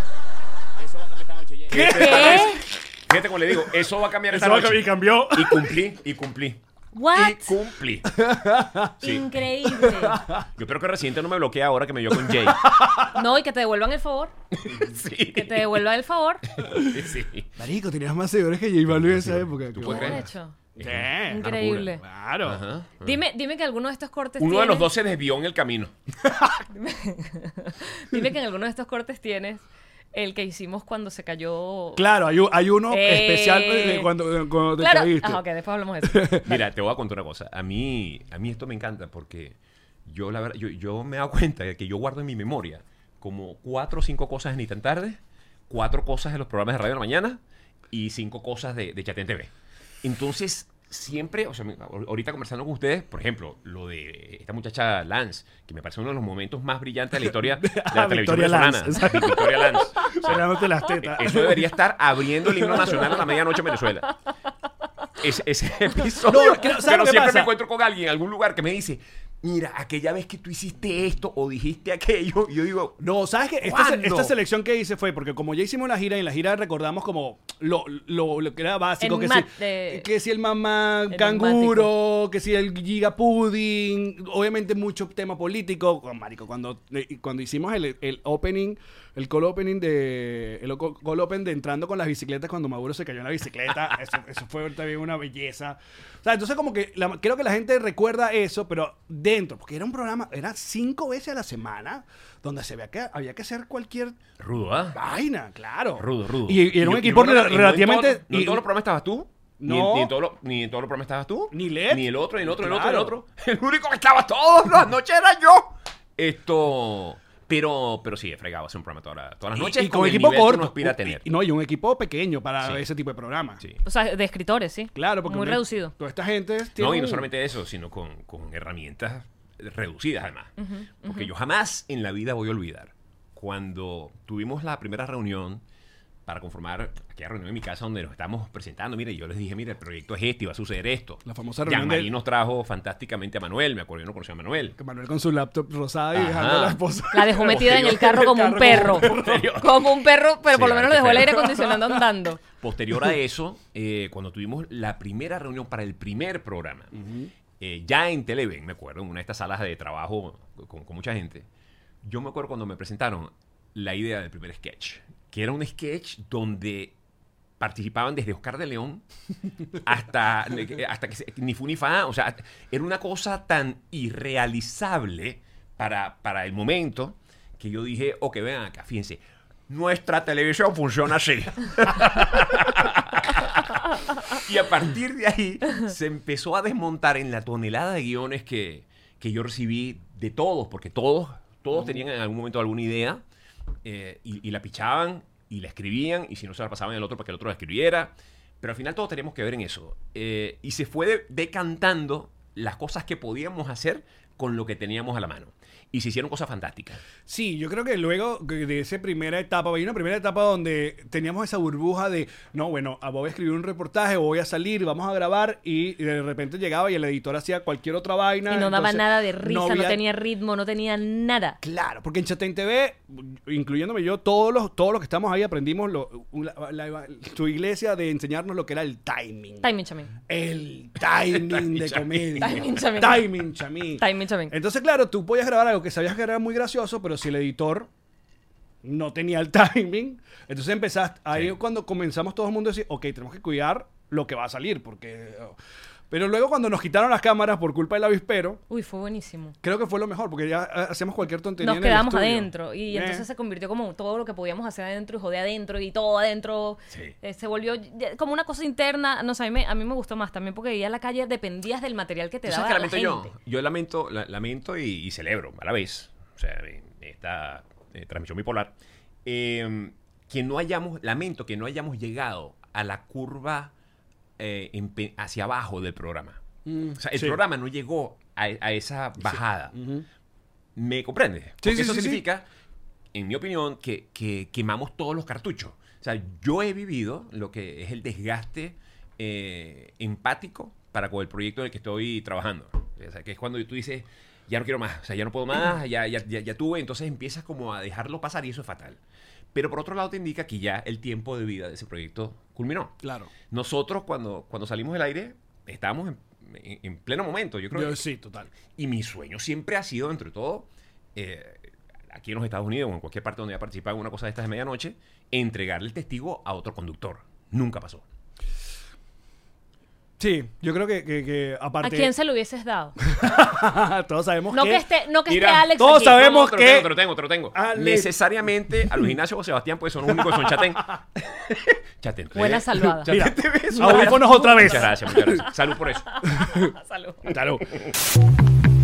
Speaker 8: Eso va a cambiar esta noche, Jay.
Speaker 4: este Fíjate como le digo, eso va a cambiar esta
Speaker 2: Eso va
Speaker 4: noche.
Speaker 2: y cambió.
Speaker 4: Y cumplí, y cumplí.
Speaker 3: What?
Speaker 4: Y cumplí. Sí.
Speaker 3: Increíble.
Speaker 4: Yo espero que Residente no me bloquee ahora que me dio con Jay.
Speaker 3: No, y que te devuelvan el favor.
Speaker 4: (laughs) Sí.
Speaker 3: Que te devuelvan el (laughs) favor.
Speaker 4: Sí.
Speaker 2: Marico, tenías más seguidores que J Balvin en esa época.
Speaker 4: ¿Tú
Speaker 2: Qué
Speaker 4: puedes
Speaker 3: Bien
Speaker 4: creer?
Speaker 2: bolas.
Speaker 3: hecho.
Speaker 2: Sí,
Speaker 3: Increíble.
Speaker 2: Claro.
Speaker 4: Ajá.
Speaker 3: Dime, dime que alguno de estos cortes
Speaker 4: Uno de los
Speaker 3: tienes-
Speaker 4: dos se desvió en el camino.
Speaker 3: Dime que en alguno de estos cortes tienes el que hicimos cuando se cayó.
Speaker 2: Claro, hay, un- hay uno
Speaker 3: Eh.
Speaker 2: especial de cuando, cuando te
Speaker 3: Claro.
Speaker 2: caíste.
Speaker 3: Ah, ok, después hablamos de
Speaker 2: (laughs)
Speaker 3: eso.
Speaker 4: Mira, te voy a contar una cosa. A mí, a mí esto me encanta porque yo, la verdad, yo, yo me he dado cuenta de que yo guardo en mi memoria como cuatro o cinco cosas de Ni Tan Tarde, cuatro cosas de los programas de Radio de la Mañana y cinco cosas de, de Chat en TV. Entonces, siempre, o sea, me- ahor- ahorita conversando con ustedes, por ejemplo, lo de esta muchacha Lance, que me parece uno de los momentos más brillantes de
Speaker 2: (laughs)
Speaker 4: la historia de la
Speaker 2: Ah,
Speaker 4: televisión
Speaker 2: Victoria
Speaker 4: venezolana.
Speaker 2: Lance, exacto. (laughs)
Speaker 4: Victoria Lance. O sea,
Speaker 2: Cerrándote las tetas.
Speaker 4: eso debería estar abriendo el himno nacional a la medianoche en Venezuela. Ese, ese (laughs)
Speaker 2: No,
Speaker 4: episodio.
Speaker 2: no, ¿sabes lo que
Speaker 4: pero siempre
Speaker 2: pasa?
Speaker 4: me encuentro con alguien en algún lugar que me dice, mira, aquella vez que tú hiciste esto o dijiste aquello, y yo digo,
Speaker 2: No, ¿sabes qué? Esta, se-
Speaker 4: ¿Cuándo?
Speaker 2: esta selección que hice fue porque como ya hicimos la gira, y en la gira recordamos como lo, lo- lo que era básico,
Speaker 3: El
Speaker 2: que,
Speaker 3: mat-
Speaker 2: si,
Speaker 3: de-
Speaker 2: que si el mamá
Speaker 3: El
Speaker 2: canguro, que si el giga pudding, obviamente mucho tema político. Oh, marico, cuando, eh, cuando hicimos el, el opening, el call opening de el co- call open de entrando con las bicicletas cuando Maduro se cayó en la bicicleta, eso, eso fue también una belleza. O sea, entonces como que la- creo que la gente recuerda eso, pero dentro, porque era un programa, era cinco veces a la semana donde se veía que había que hacer cualquier
Speaker 4: rudo, ¿ah?
Speaker 2: vaina, claro.
Speaker 4: Rudo, rudo.
Speaker 2: Y, y era un
Speaker 4: yo-
Speaker 2: equipo
Speaker 4: yo me acuerdo que
Speaker 2: relativamente.
Speaker 4: No en, todo- no en
Speaker 2: y-
Speaker 4: todos los programas estabas tú. Ni, en-
Speaker 2: No.
Speaker 4: ni en todos los, ni en todos los programas estabas tú.
Speaker 2: Ni Led.
Speaker 4: Ni el otro, ni el otro, ni el
Speaker 2: Claro.
Speaker 4: otro, ni el otro. El único que estaba todas las noches era yo. Esto. Pero, pero sí, he fregado hacer un programa toda la- todas las
Speaker 2: y-
Speaker 4: noches.
Speaker 2: y con
Speaker 4: el
Speaker 2: equipo
Speaker 4: nivel que uno
Speaker 2: corto.
Speaker 4: aspira a tener.
Speaker 2: Y, no, y un equipo pequeño para
Speaker 4: Sí.
Speaker 2: ese tipo de programas.
Speaker 4: Sí.
Speaker 3: O sea, de escritores, sí.
Speaker 2: Claro, porque.
Speaker 3: Muy
Speaker 2: uno-
Speaker 3: reducido.
Speaker 2: Toda esta gente.
Speaker 4: No,
Speaker 2: tiene
Speaker 4: y no
Speaker 2: un-
Speaker 4: solamente eso, sino con, con herramientas reducidas además. Porque yo jamás en la vida voy a olvidar cuando tuvimos la primera reunión para conformar aquella reunión en mi casa donde nos estábamos presentando. Mire, yo les dije, mire, el proyecto es este y va a suceder esto.
Speaker 2: La famosa reunión
Speaker 4: Jean-Marie
Speaker 2: de-
Speaker 4: nos trajo fantásticamente a Manuel, me acuerdo, yo no conocía a Manuel.
Speaker 2: que Manuel con su laptop rosada y
Speaker 4: Ajá.
Speaker 2: dejando a la esposa.
Speaker 3: La dejó metida en el carro como un perro. (laughs) Como un perro, pero por lo
Speaker 4: Sí,
Speaker 3: menos lo
Speaker 4: vale,
Speaker 3: dejó
Speaker 4: qué
Speaker 3: el
Speaker 4: feo.
Speaker 3: aire acondicionado andando.
Speaker 4: Posterior a eso, eh, cuando tuvimos la primera reunión para el primer programa, eh, ya en Televen, me acuerdo, en una de estas salas de trabajo con, con mucha gente, yo me acuerdo cuando me presentaron la idea del primer sketch, que era un sketch donde participaban desde Oscar de León hasta, eh, hasta que se- ni fu ni fa. O sea, era una cosa tan irrealizable para, para el momento que yo dije, ok, vean acá, fíjense, nuestra televisión funciona así. y a partir de ahí se empezó a desmontar en la tonelada de guiones que, que yo recibí de todos, porque todos, todos tenían en algún momento alguna idea eh, y, y la pichaban y la escribían y si no se la pasaban al otro para que el otro la escribiera. Pero al final todos teníamos que ver en eso. Eh, y se fue de- decantando las cosas que podíamos hacer con lo que teníamos a la mano. Y se hicieron cosas fantásticas.
Speaker 2: Sí, yo creo que luego que de esa primera etapa, hay una primera etapa donde teníamos esa burbuja de, no, bueno, ah, voy a escribir un reportaje, voy a salir, vamos a grabar y de repente llegaba y el editor hacía cualquier otra vaina.
Speaker 3: Y no daba
Speaker 2: entonces
Speaker 3: nada de risa, no,
Speaker 2: había-
Speaker 3: tenía ritmo, no tenía nada.
Speaker 2: Claro, porque en Chatén TV, incluyéndome yo, todos los, todos los que estamos ahí aprendimos lo- la- la- tu iglesia de enseñarnos lo que era el timing.
Speaker 3: Timing, chamín.
Speaker 2: El timing de comedia.
Speaker 3: (laughs) Timing, chamín.
Speaker 2: Timing, chamín.
Speaker 3: Timing, chamín.
Speaker 2: Entonces, claro, tú podías grabar algo que sabías que era muy gracioso, pero si el editor no tenía el (laughs) timing, entonces empezaste. Ahí
Speaker 4: Sí.
Speaker 2: cuando comenzamos todo el mundo a decir, ok, tenemos que cuidar lo que va a salir, porque. oh". Pero luego cuando nos quitaron las cámaras por culpa del avispero,
Speaker 3: Uy, fue buenísimo.
Speaker 2: creo que fue lo mejor, porque ya ah, hacíamos cualquier tontería.
Speaker 3: Nos
Speaker 2: en el
Speaker 3: quedamos
Speaker 2: estudio.
Speaker 3: adentro y
Speaker 2: Eh.
Speaker 3: entonces se convirtió como todo lo que podíamos hacer adentro y joder adentro y todo adentro.
Speaker 4: Sí.
Speaker 3: Eh, se volvió ya- como una cosa interna. No sé, a mí me, a mí me gustó más también porque ya en la calle dependías del material que te
Speaker 4: ¿Tú
Speaker 3: daba
Speaker 4: sabes qué
Speaker 3: la
Speaker 4: lamento
Speaker 3: gente.
Speaker 4: yo? Yo lamento, la- lamento y, y celebro a la vez. O sea, en esta eh, transmisión bipolar. eh, que no hayamos, lamento que no hayamos llegado a la curva eh, en pe- hacia abajo del programa. o sea, el
Speaker 2: Mm. sí.
Speaker 4: programa no llegó a, a esa bajada. ¿Me comprendes? Porque
Speaker 2: sí,
Speaker 4: eso
Speaker 2: sí, sí.
Speaker 4: significa, en mi opinión, que, que quemamos todos los cartuchos. O sea, yo he vivido lo que es el desgaste eh, empático para con el proyecto en el que estoy trabajando. O sea, que es cuando tú dices, ya no quiero más, o sea, ya no puedo más, ya, ya, ya, ya tuve, entonces empiezas como a dejarlo pasar y eso es fatal. Pero por otro lado te indica que ya el tiempo de vida de ese proyecto culminó.
Speaker 2: Claro.
Speaker 4: Nosotros cuando, cuando salimos del aire estábamos en, en- en pleno momento, yo creo.
Speaker 2: Yo
Speaker 4: que-
Speaker 2: sí, total.
Speaker 4: y mi sueño siempre ha sido, entre todo, eh, aquí en los Estados Unidos o en cualquier parte donde haya participado en una cosa de estas de medianoche, entregarle el testigo a otro conductor. Nunca pasó.
Speaker 2: Sí, yo creo que, que- que
Speaker 3: ¿A
Speaker 2: aparte.
Speaker 3: quién se lo hubieses dado?
Speaker 2: (laughs) todos sabemos
Speaker 3: No
Speaker 2: que.
Speaker 3: que esté, no que esté
Speaker 4: Mira,
Speaker 3: Alex
Speaker 2: todos
Speaker 3: aquí.
Speaker 2: sabemos-
Speaker 4: No, te lo
Speaker 2: que-
Speaker 4: tengo, te lo tengo, te lo tengo.
Speaker 2: Ale-
Speaker 4: Necesariamente a los Ignacio o Sebastián, pues son los únicos que son
Speaker 2: (laughs)
Speaker 4: chatén. chatén.
Speaker 3: Buena salvada.
Speaker 4: (laughs) Chatén
Speaker 2: Mira,
Speaker 4: TV es una-
Speaker 2: audífonos otra vez.
Speaker 4: Muchas gracias, muchas gracias. Salud por
Speaker 2: (laughs)
Speaker 4: eso.
Speaker 3: Salud.
Speaker 2: Claro.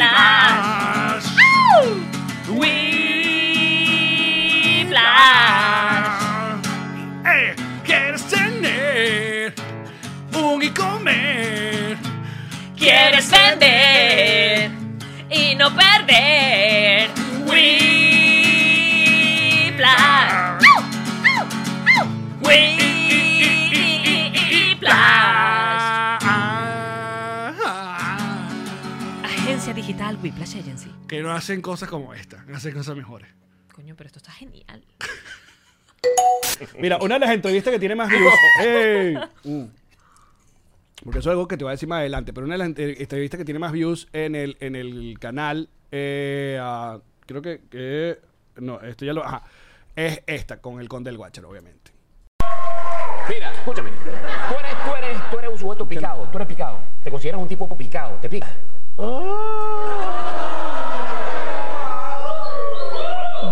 Speaker 2: más.
Speaker 3: Whiplash.
Speaker 2: Eh, quieres tener un y comer
Speaker 3: aprender y no perder. Whiplash. Whiplash. Agencia digital Whiplash Agency.
Speaker 7: Ah. Que no hacen cosas como esta, hacen cosas mejores.
Speaker 3: Coño, pero esto está genial.
Speaker 7: Mira, una de las entrevistas que tiene más views. ¡Ey! Uh. Porque eso es algo que te voy a decir más adelante. Pero una de las ent- entrevistas que tiene más views en el, en el canal. eh, ah, creo que, que- No, esto ya lo. Ajá. Es esta, con el Conde del Guacharo, obviamente.
Speaker 9: Mira, escúchame. Tú eres, tú eres, tú eres un sujeto picado. Tú eres picado. Te consideras un tipo picado. Te pica.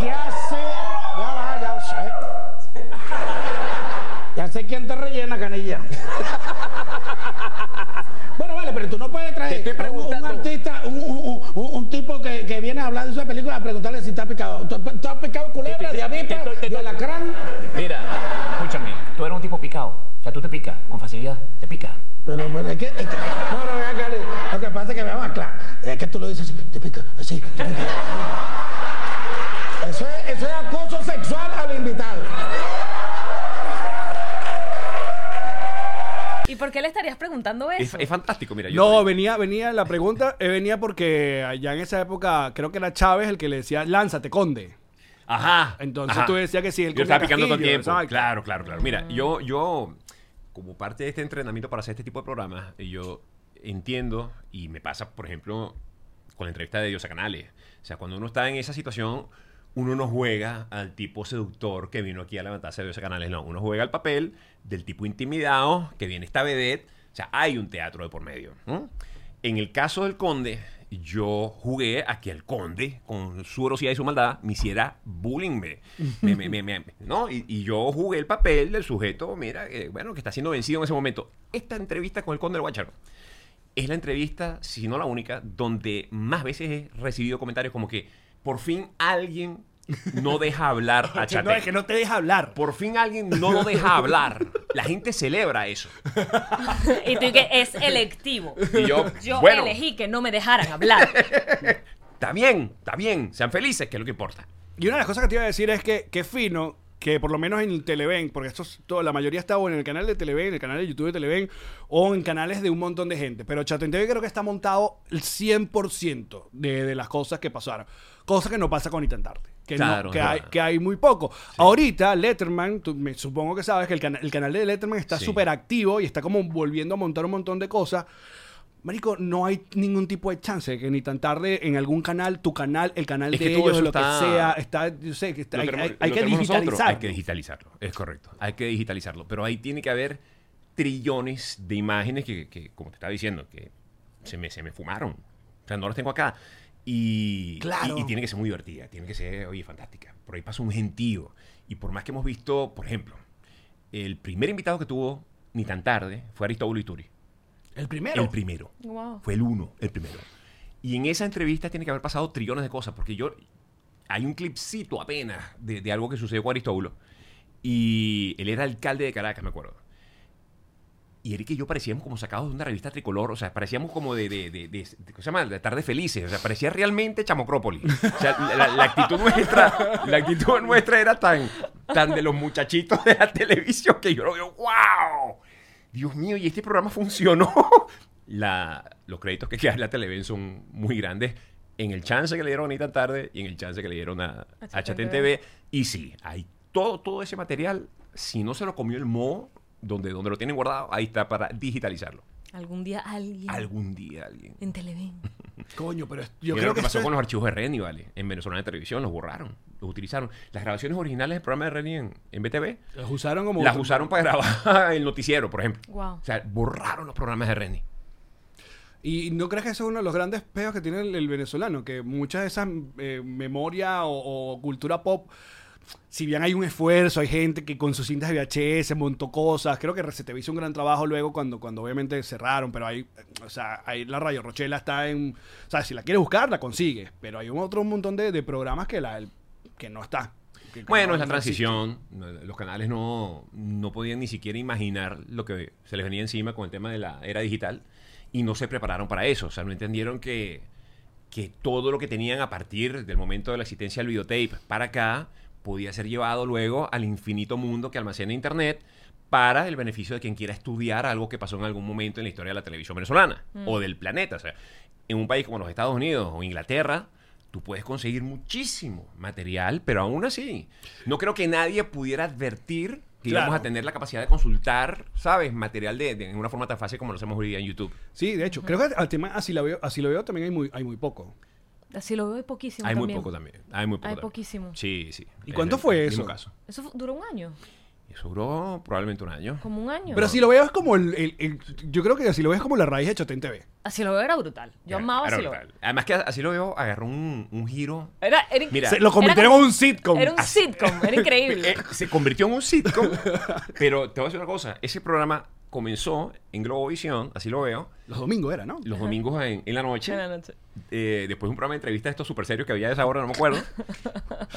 Speaker 10: Ya sé, ya va, ya sé. Ya sé quién te rellena, canilla. Bueno, vale, pero tú no puedes traer
Speaker 9: Te estoy
Speaker 10: un- un,
Speaker 9: preguntando.
Speaker 10: artista, un, un- un- un tipo que, que viene a hablar de su película a preguntarle si está picado. ¿Tú, tú has picado culebra, de avispa, de alacrán?
Speaker 9: Mira, escúchame. Tú eres un tipo picado. O sea, tú te picas con facilidad. Te pica.
Speaker 10: Pero bueno, es que, es que- no, no, venga, Cari, lo que pasa es que me va a claro, es que tú lo dices, te pica, así, te pica. Eso es, eso es acoso sexual al invitado.
Speaker 3: ¿Y por qué le estarías preguntando
Speaker 4: Es,
Speaker 3: eso?
Speaker 4: es fantástico, mira. Yo
Speaker 7: No, venía, venía la pregunta, eh, venía porque allá en esa época creo que era Chávez el que le decía, lánzate, Conde.
Speaker 4: Ajá.
Speaker 7: Entonces
Speaker 4: ajá.
Speaker 7: tú decías que sí, el
Speaker 4: Yo estaba
Speaker 7: come
Speaker 4: picando todo el
Speaker 7: casquillo,
Speaker 4: tiempo.
Speaker 7: exacto. Mm.
Speaker 4: Claro, claro, claro. Mira, yo, yo, como parte de este entrenamiento para hacer este tipo de programas, yo entiendo y me pasa, por ejemplo, con la entrevista de Diosa Canales. O sea, cuando uno está en esa situación, uno no juega al tipo seductor que vino aquí a levantarse de Diosa Canales. No, uno juega al papel del tipo intimidado que viene esta vedette. O sea, hay un teatro de por medio. ¿no? En el caso del conde, yo jugué a que el conde, con su orosidad y su maldad, me hiciera bullying. Me, me- me- me- me- ¿no? y, y yo jugué el papel del sujeto, mira, eh, bueno, que está siendo vencido en ese momento. Esta entrevista con el conde del Guacharo es la entrevista, si no la única, donde más veces he recibido comentarios como que por fin alguien no deja
Speaker 7: (laughs)
Speaker 4: hablar a Chate.
Speaker 7: No, es que no te deja hablar.
Speaker 4: Por fin alguien no lo deja hablar. La gente celebra eso.
Speaker 3: y tú que es electivo.
Speaker 4: Y yo,
Speaker 3: Yo
Speaker 4: bueno,
Speaker 3: elegí que no me dejaran hablar.
Speaker 4: está bien, está bien, sean felices, que es lo que importa.
Speaker 7: Y una de las cosas que te iba a decir es que qué fino que por lo menos en Televen, porque esto es todo, la mayoría está o en el canal de Televen, en el canal de YouTube de Televen, o en canales de un montón de gente. Pero Chato en TV creo que está montado el 100% de, de las cosas que pasaron. Cosa que no pasa con Itan Tarde. Que, no-
Speaker 4: Claro,
Speaker 7: que,
Speaker 4: claro.
Speaker 7: hay, que hay muy poco. Ahorita Letterman, tú me supongo que sabes que el, cana- el canal de Letterman está
Speaker 4: Sí.
Speaker 7: súper activo y está como volviendo a montar un montón de cosas. Marico, no hay ningún tipo de chance de que ni tan tarde en algún canal, tu canal, el canal
Speaker 4: Es
Speaker 7: de
Speaker 4: que todo
Speaker 7: ellos,
Speaker 4: eso
Speaker 7: lo
Speaker 4: está-
Speaker 7: que sea, está, yo sé que está-
Speaker 4: Lo
Speaker 7: hay,
Speaker 4: tenemos-
Speaker 7: hay- hay
Speaker 4: lo
Speaker 7: que
Speaker 4: tenemos nosotros.
Speaker 7: digitalizar.
Speaker 4: Hay que digitalizarlo, es correcto. Hay que digitalizarlo. Pero ahí tiene que haber trillones de imágenes que, que, como te estaba diciendo, que se me, se me fumaron. O sea, no las tengo acá. Y,
Speaker 7: Claro.
Speaker 4: y, y tiene que ser muy divertida, tiene que ser, oye, fantástica. Por ahí pasa un gentío. Y por más que hemos visto, por ejemplo, el primer invitado que tuvo, ni tan tarde, fue Aristóbulo Ituri.
Speaker 7: el primero.
Speaker 4: El primero.
Speaker 3: Wow.
Speaker 4: Fue el uno, el primero. Y en esa entrevista tiene que haber pasado trillones de cosas, porque yo. Hay un clipcito apenas de, de algo que sucedió con Aristóbulo. Y él era alcalde de Caracas, me acuerdo. Y Eric y yo parecíamos como sacados de una revista tricolor, o sea, parecíamos como de, de, de, de- de- ¿cómo se llama? De tarde felices, o sea, parecía realmente chamocrópolis. O sea, la, la- la actitud nuestra, la actitud nuestra era tan, tan de los muchachitos de la televisión que yo lo veo, wow, Dios mío, y este programa funcionó. (laughs) La, los créditos que (laughs) quedan en la Televen son muy grandes. En el chance que le dieron a Anita tarde y en el chance que le dieron a, a Chatén TV. Y sí, hay todo, todo ese material, si no se lo comió el moho, donde, donde lo tienen guardado, ahí está para digitalizarlo.
Speaker 3: Algún día alguien
Speaker 4: Algún día alguien.
Speaker 3: en Televen.
Speaker 7: Coño, pero es-
Speaker 4: Yo
Speaker 7: yo creo
Speaker 4: lo que,
Speaker 7: que
Speaker 4: pasó
Speaker 7: eso
Speaker 4: con
Speaker 7: es-
Speaker 4: los archivos de Renny, ¿vale? En Venezuela de Televisión los borraron, los utilizaron. Las grabaciones originales del programa de Renny en, en BTV
Speaker 7: los usaron como
Speaker 4: las usaron para (laughs) grabar el noticiero, por ejemplo.
Speaker 3: Wow.
Speaker 4: O sea, borraron los programas de Renny.
Speaker 7: Y no crees que eso es uno de los grandes peos que tiene el, el venezolano, que muchas de esas eh, memoria o, o cultura pop, si bien hay un esfuerzo, hay (laughs) gente que con sus cintas de VHS montó cosas, creo que RCTV hizo un gran trabajo luego cuando, cuando obviamente cerraron, pero hay, o sea, ahí la Radio Rochela está en, o sea, si la quieres buscar, la consigues, pero hay un otro montón de, de programas que, la, que no está.
Speaker 4: Bueno, es la transición. Los canales no, no podían ni siquiera imaginar lo que se les venía encima con el tema de la era digital y no se prepararon para eso. O sea, no entendieron que, que todo lo que tenían a partir del momento de la existencia del videotape para acá podía ser llevado luego al infinito mundo que almacena Internet para el beneficio de quien quiera estudiar algo que pasó en algún momento en la historia de la televisión venezolana
Speaker 11: Mm.
Speaker 4: o del planeta. O sea, en un país como los Estados Unidos o Inglaterra, tú puedes conseguir muchísimo material, pero aún así, no creo que nadie pudiera advertir que
Speaker 2: Claro.
Speaker 4: íbamos a tener la capacidad de consultar, ¿sabes? Material de, de- en una forma tan fácil como lo hacemos hoy día en YouTube.
Speaker 2: Sí, de hecho, creo que al tema así lo veo, así lo veo también hay muy, hay muy poco.
Speaker 3: Así lo veo, hay poquísimo.
Speaker 4: Hay muy
Speaker 3: también.
Speaker 4: poco también. Hay muy poco.
Speaker 3: Hay
Speaker 4: también.
Speaker 3: poquísimo.
Speaker 4: Sí, sí.
Speaker 2: ¿Y
Speaker 4: Es
Speaker 2: cuánto
Speaker 4: el-
Speaker 2: fue
Speaker 4: el
Speaker 2: eso?
Speaker 4: mismo caso.
Speaker 3: Eso fu- duró un año,
Speaker 4: Eso duró probablemente un año.
Speaker 3: como un año.
Speaker 2: Pero si lo veo es como el, el- el- yo creo que así lo veo es como la raíz de Chotén TV.
Speaker 3: Así lo veo era brutal. Yo amaba
Speaker 4: Claro,
Speaker 3: así lo veo.
Speaker 4: tal. Además que así lo veo, agarró un, un giro.
Speaker 3: Era, era inc-
Speaker 4: Mira,
Speaker 3: era como- Era un
Speaker 4: Así-
Speaker 3: sitcom, era increíble.
Speaker 4: (laughs) Eh, se convirtió en un sitcom. (laughs) pero te voy a decir una cosa. Ese programa comenzó en Globovisión, así lo veo.
Speaker 2: Los domingos era, ¿no?
Speaker 4: Los domingos en, en la noche.
Speaker 3: En la noche.
Speaker 4: Eh, después de un programa de entrevistas de estos super serios que había a esa hora, no me
Speaker 3: (laughs)
Speaker 4: acuerdo.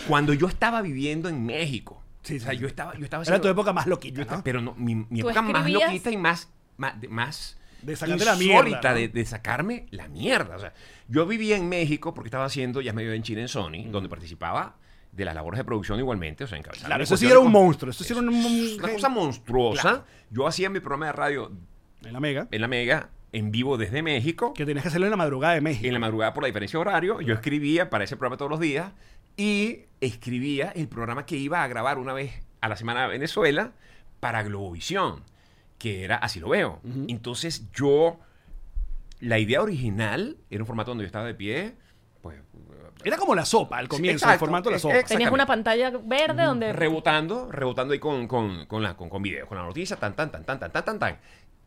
Speaker 4: cuando yo estaba viviendo en México. o sea, yo estaba, yo estaba
Speaker 2: Era tu época más loquita,
Speaker 4: yo estaba-
Speaker 2: ¿no?
Speaker 4: (laughs) Pero no, mi, mi
Speaker 2: Tú
Speaker 4: época más
Speaker 2: escribías-
Speaker 4: loquita y más, más, de- más
Speaker 2: De sacarte la mierda,
Speaker 4: insólita
Speaker 2: ¿no?
Speaker 4: de, de sacarme la mierda. O sea, yo vivía en México porque estaba haciendo Ya me vivía en Chile en Sony, donde participaba de las labores de producción igualmente, o sea, encabezando.
Speaker 2: Claro,
Speaker 4: las
Speaker 2: eso sí
Speaker 4: cuestiones
Speaker 2: era un
Speaker 4: con-
Speaker 2: monstruo, eso sí era un-
Speaker 4: es una cosa monstruosa.
Speaker 2: Claro.
Speaker 4: Yo hacía mi programa de radio
Speaker 2: en la Mega,
Speaker 4: en la Mega, en vivo desde México.
Speaker 2: Que tenías que hacerlo en la madrugada de México.
Speaker 4: En la madrugada por la diferencia de horario, yo escribía para ese programa todos los días y escribía el programa que iba a grabar una vez a la semana a Venezuela para Globovisión, que era así lo veo. Entonces yo la idea original era un formato donde yo estaba de pie, pues,
Speaker 2: Era como la sopa al comienzo, el
Speaker 4: Exacto,
Speaker 2: formato de la
Speaker 4: es-
Speaker 2: sopa.
Speaker 3: Tenías una pantalla verde donde.
Speaker 4: rebotando, rebotando ahí con, con, con, la, con, con videos, con la noticia, tan, tan, tan, tan, tan, tan, tan, tan.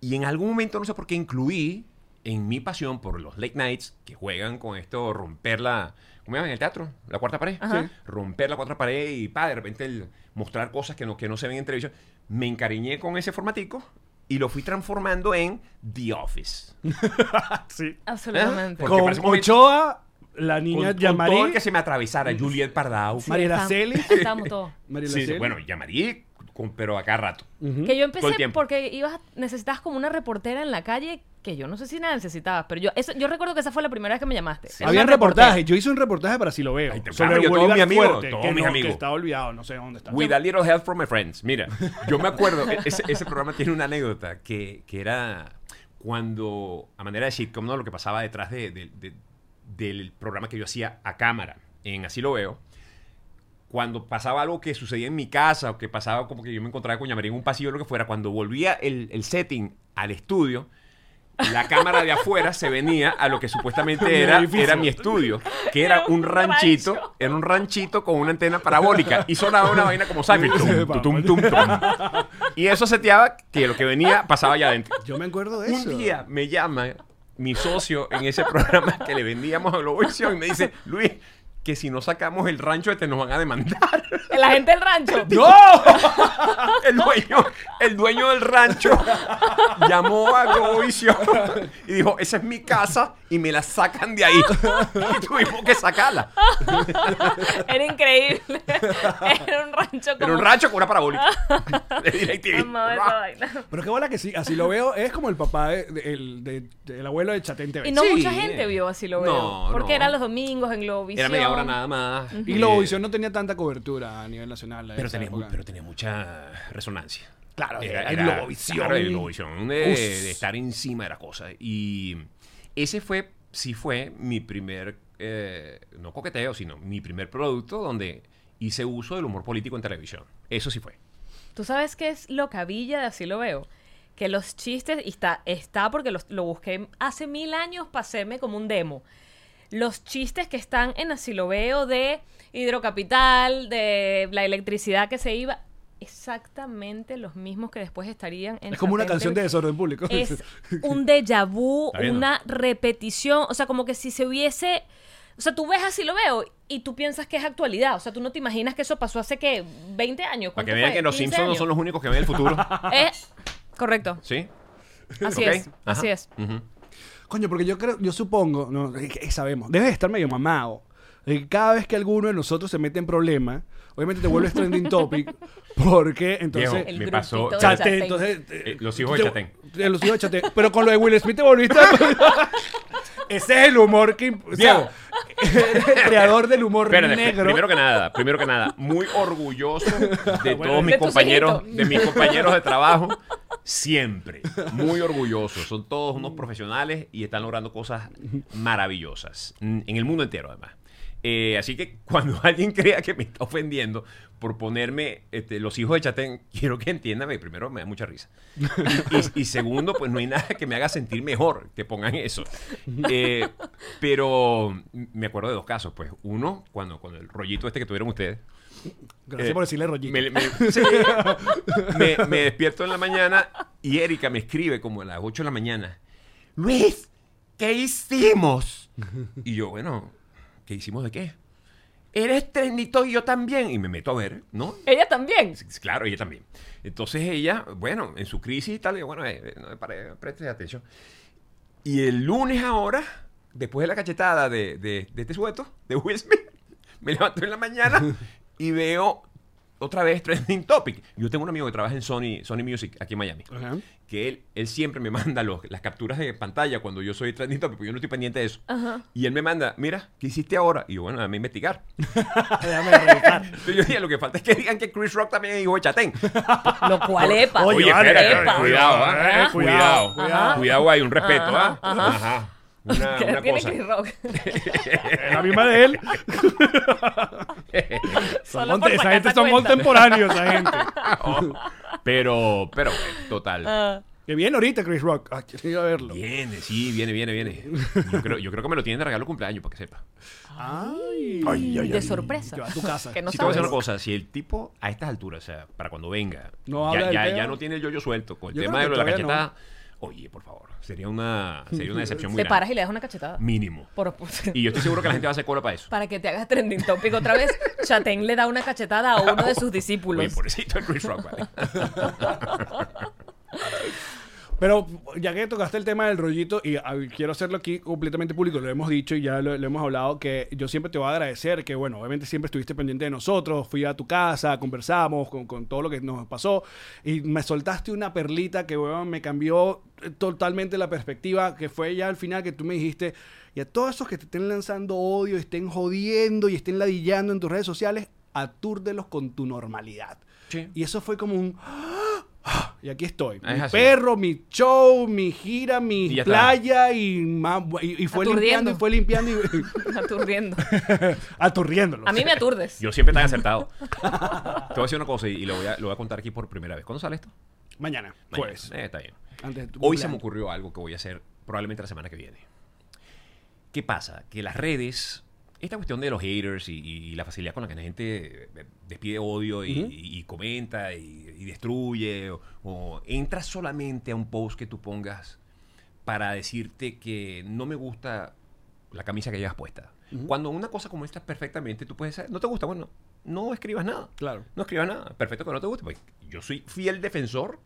Speaker 4: Y en algún momento, no sé por qué, incluí en mi pasión por los late nights que juegan con esto, romper la... ¿Cómo llaman en el teatro? La cuarta pared.
Speaker 3: Ajá. Sí.
Speaker 4: Romper la cuarta pared y, pa, de repente el mostrar cosas que no, que no se ven en televisión. Me encariñé con ese formatico y lo fui transformando en The Office.
Speaker 2: sí.
Speaker 3: Absolutamente.
Speaker 4: Porque
Speaker 2: ¿Eh? Con
Speaker 4: parece un momento-
Speaker 2: Ochoa, la niña
Speaker 4: con, con todo el
Speaker 2: Yamari,
Speaker 4: que se me atravesara, Juliet Pardau.
Speaker 2: Sí, Mariela estábamos- Celi.
Speaker 3: estábamos todos.
Speaker 2: Mariela
Speaker 4: Sí,
Speaker 2: Celi.
Speaker 4: bueno, Yamari, con- pero acá a rato.
Speaker 3: Que yo
Speaker 4: Todo el
Speaker 3: empecé
Speaker 4: tiempo.
Speaker 3: porque ibas, necesitabas como una reportera en la calle que yo no sé si nada necesitabas, pero yo eso, yo recuerdo que esa fue la primera vez que me llamaste. Era
Speaker 2: había
Speaker 3: una
Speaker 2: reportajes. Yo hice un reportaje para si lo veo.
Speaker 4: claro, yo, todos
Speaker 2: Bolívar
Speaker 4: mis amigos,
Speaker 2: Fuerte,
Speaker 4: todos
Speaker 2: que
Speaker 4: mis
Speaker 2: no, que
Speaker 4: amigos.
Speaker 2: estaba olvidado, no sé dónde está.
Speaker 4: With a little help from my friends. Mira, yo me acuerdo, e- ese, ese programa tiene una anécdota que, que era cuando, a manera de sitcom, ¿no? lo que pasaba detrás de- de- de- del programa que yo hacía a cámara, en Así lo veo, cuando pasaba algo que sucedía en mi casa o que pasaba como que yo me encontraba con Yamari en un pasillo o lo que fuera, cuando volvía el, el setting al estudio, (laughs) la cámara de afuera se venía a lo que
Speaker 2: Mi
Speaker 4: supuestamente era,
Speaker 2: edificio.
Speaker 4: era mi estudio, que era un ranchito, era un ranchito con una antena parabólica y sonaba una vaina como Seinfeld. Tum, tu, tum, tum, tum. Y eso seteaba que lo que venía pasaba allá adentro.
Speaker 2: Yo me acuerdo de eso.
Speaker 4: Un día me llama mi socio en ese programa que le vendíamos a Globovisión y me dice, Luis, que si no sacamos el rancho este nos van a demandar.
Speaker 3: reportera. La gente del rancho.
Speaker 4: (laughs) El dueño, el dueño del rancho llamó a Globovisión y dijo, esa es mi casa y me la sacan de ahí. Y tuvimos que sacarla.
Speaker 3: Era increíble. (laughs) Era un rancho como.
Speaker 4: Era un rancho con una parabólica. De DirecTV.
Speaker 3: Amaba esa vaina.
Speaker 2: Pero qué bola que sí, así lo veo, es como el papá de- de- el, de- del abuelo de Chatén TV.
Speaker 3: Y no mucha gente vio así lo veo.
Speaker 2: No,
Speaker 3: porque
Speaker 2: no.
Speaker 3: eran los domingos en Globovisión.
Speaker 4: Era media hora nada más.
Speaker 2: Y
Speaker 4: Eh,
Speaker 2: Globovisión no tenía tanta cobertura a nivel nacional.
Speaker 4: pero, tenía mu- pero tenía mucha resonancia.
Speaker 2: Claro,
Speaker 4: era,
Speaker 2: era
Speaker 4: era-
Speaker 2: Globovisión.
Speaker 4: Eh, claro, era Globovisión, de,
Speaker 2: Us.
Speaker 4: de estar encima de la cosa. Y ese fue, sí fue mi primer, eh, no coqueteo, sino mi primer producto donde hice uso del humor político en televisión. Eso sí fue.
Speaker 3: ¿Tú sabes qué es lo cabilla de así lo veo? Que los chistes, y está, está porque los- lo busqué hace mil años, paséme como un demo. Los chistes que están en así lo veo de hidrocapital, de la electricidad que se iba, exactamente los mismos que después estarían en...
Speaker 2: Es como una
Speaker 3: Satélite.
Speaker 2: canción de (laughs) desorden público.
Speaker 3: Es un déjà vu,
Speaker 2: Está bien,
Speaker 3: una repetición, o sea, como que si se hubiese... O sea, tú ves así lo veo y tú piensas que es actualidad. O sea, tú no te imaginas que eso pasó hace que 20 años.
Speaker 4: Para
Speaker 3: ¿cuánto
Speaker 4: que vean
Speaker 3: fue?
Speaker 4: que los
Speaker 3: 15
Speaker 4: Simpsons no
Speaker 3: años.
Speaker 4: son los únicos que ven el futuro.
Speaker 3: Eh, correcto.
Speaker 4: ¿Sí?
Speaker 3: Así
Speaker 4: Ok,
Speaker 3: es,
Speaker 4: ajá.
Speaker 3: así es.
Speaker 4: Ujú.
Speaker 2: Coño, porque yo creo, yo supongo, no, es que sabemos, debe de estar medio mamado. eh, cada vez que alguno de nosotros se mete en problema, obviamente te vuelves trending topic, (laughs) porque entonces...
Speaker 4: Viejo, me pasó.
Speaker 2: Chaté, entonces...
Speaker 4: Eh, los hijos de
Speaker 2: te-
Speaker 4: Chatén.
Speaker 2: te- los hijos de Chatén. Pero con lo de Will Smith te volviste... a- (laughs) Ese es el humor que... o sea, eres (laughs) el creador del humor
Speaker 4: Espérate, pr-
Speaker 2: negro.
Speaker 4: primero que nada, primero que nada, muy orgulloso de
Speaker 2: Bueno,
Speaker 4: todos mis
Speaker 2: de tus
Speaker 4: compañeros,
Speaker 2: hijitos.
Speaker 4: de mis compañeros de trabajo, siempre, muy orgullosos. Son todos unos profesionales y están logrando cosas maravillosas mm, en el mundo entero, además. Eh, así que cuando (laughs) alguien crea que me está ofendiendo por ponerme este, los hijos de Chatén, (laughs) quiero que entiendan que primero me da mucha risa. Y, y segundo, pues no hay nada que me haga sentir mejor que pongan eso. Eh, pero me acuerdo de dos casos, pues. Uno, cuando, cuando el rollito este que tuvieron ustedes.
Speaker 2: Gracias
Speaker 4: eh.
Speaker 2: por decirle rollito.
Speaker 4: Me, me- sí. Me- me despierto en la mañana y Erika me escribe como a las 8 de la mañana. Luis, ¿qué hicimos? Y yo, bueno, ¿qué hicimos de qué? Eres trendito y yo también. Y me meto a ver, ¿no?
Speaker 3: Ella también.
Speaker 4: Claro, ella también. Entonces ella, bueno, en su crisis y tal, yo, bueno, eh, eh, no, pare- preste atención. Y el lunes ahora, después de la cachetada de, de- de este sueto, de Will Smith, (laughs) me levanto en la mañana y veo otra vez Trending Topic. Yo tengo un amigo que trabaja en Sony, Sony Music aquí en Miami. Que él, él siempre me (laughs) manda los- las capturas de pantalla cuando yo soy Trending Topic, porque yo no estoy pendiente de eso.
Speaker 3: Ajá.
Speaker 4: Y él me manda, mira, ¿qué hiciste ahora? Y yo, bueno, déjame investigar. Entonces yo dije, lo que falta es que digan que Chris Rock también es hijo
Speaker 3: (laughs)
Speaker 4: de Chatén.
Speaker 3: Lo cual, epa.
Speaker 4: Oye,
Speaker 3: vale,
Speaker 4: espérate,
Speaker 3: epa.
Speaker 4: cuidado, ¿ah?
Speaker 3: Ajá.
Speaker 4: cuidado,
Speaker 3: Ajá.
Speaker 4: cuidado, cuidado, hay un respeto,
Speaker 3: Ajá,
Speaker 4: ¿ah?
Speaker 3: ajá.
Speaker 4: Ajá.
Speaker 3: (laughs)
Speaker 4: Una,
Speaker 3: ¿Qué
Speaker 4: una
Speaker 3: tiene
Speaker 4: cosa.
Speaker 3: Chris Rock?
Speaker 2: La misma de él. Son
Speaker 3: (laughs) Solo
Speaker 2: monte-
Speaker 3: por
Speaker 2: esa
Speaker 3: sacar
Speaker 2: gente
Speaker 3: la
Speaker 2: son
Speaker 3: cuenta.
Speaker 2: contemporáneos, esa gente.
Speaker 3: (laughs)
Speaker 4: Oh, pero, pero, bueno, total.
Speaker 3: Ah.
Speaker 2: Que viene ahorita Chris Rock. Ah, quiero ir a verlo.
Speaker 4: Viene, sí, viene, viene, viene. Yo creo, yo creo que me lo tienen de regalo de cumpleaños, para que sepa.
Speaker 2: Ay.
Speaker 3: de sorpresa.
Speaker 2: Yo a tu casa.
Speaker 3: Que no
Speaker 4: si te voy a decir
Speaker 3: sabes.
Speaker 4: una cosa, si el tipo a estas alturas, o sea, para cuando venga,
Speaker 2: No habla
Speaker 4: ya,
Speaker 2: del
Speaker 4: ya,
Speaker 2: pedo.
Speaker 4: ya no tiene el yoyo suelto con el
Speaker 2: Yo
Speaker 4: tema de
Speaker 2: creo
Speaker 4: lo
Speaker 2: que
Speaker 4: de la
Speaker 2: todavía
Speaker 4: cachetada, oye, por favor, sería una, sería una decepción muy
Speaker 3: Te
Speaker 4: grande.
Speaker 3: paras y le das una cachetada.
Speaker 4: Mínimo.
Speaker 3: Por- por-
Speaker 4: Y yo estoy seguro que la gente va a hacer cola para eso.
Speaker 3: Para que te hagas trending topic otra vez, Chatén le da una cachetada a uno de sus discípulos. (laughs)
Speaker 4: Oye, pobrecito el Chris Rock, vale.
Speaker 2: Pero ya que tocaste el tema del rollito, y ah, quiero hacerlo aquí completamente público, lo hemos dicho y ya lo, lo hemos hablado, que yo siempre te voy a agradecer, que bueno, obviamente siempre estuviste pendiente de nosotros, fui a tu casa, conversamos con, con todo lo que nos pasó, y me soltaste una perlita que weón, me cambió eh, totalmente la perspectiva, que fue ya al final que tú me dijiste, y a todos esos que te estén lanzando odio, y estén jodiendo y estén ladillando en tus redes sociales, atúrdelos con tu normalidad.
Speaker 4: Sí.
Speaker 2: Y eso fue como un... ¡Ah! Y aquí estoy.
Speaker 4: Es
Speaker 2: mi
Speaker 4: así.
Speaker 2: perro, mi show, mi gira, mi
Speaker 4: Y ya está.
Speaker 2: playa y, ma- y, y fue
Speaker 3: Aturdiendo.
Speaker 2: limpiando y fue limpiando y (laughs)
Speaker 3: Aturdiendo.
Speaker 2: aturriéndolo.
Speaker 3: A mí me aturdes.
Speaker 4: Yo siempre tan acertado. Te voy a decir una cosa y, y lo, voy a, lo voy a contar aquí por primera vez. ¿Cuándo sale esto?
Speaker 2: Mañana,
Speaker 4: Mañana.
Speaker 2: jueves.
Speaker 4: Eh, está bien.
Speaker 2: Antes de tu
Speaker 4: Hoy se me
Speaker 2: cumpleaños.
Speaker 4: ocurrió algo que voy a hacer probablemente la semana que viene. ¿Qué pasa? Que las redes, esta cuestión de los haters y, y- y la facilidad con la que la gente eh, despide odio y,
Speaker 2: Ujú.
Speaker 4: y- y comenta y, y destruye, o, o entra solamente a un post que tú pongas para decirte que no me gusta la camisa que llevas puesta. Cuando una cosa como esta perfectamente, tú puedes decir, no te gusta, bueno, no escribas nada.
Speaker 2: Claro.
Speaker 4: No escribas nada. Perfecto que no te guste. Pues yo soy fiel defensor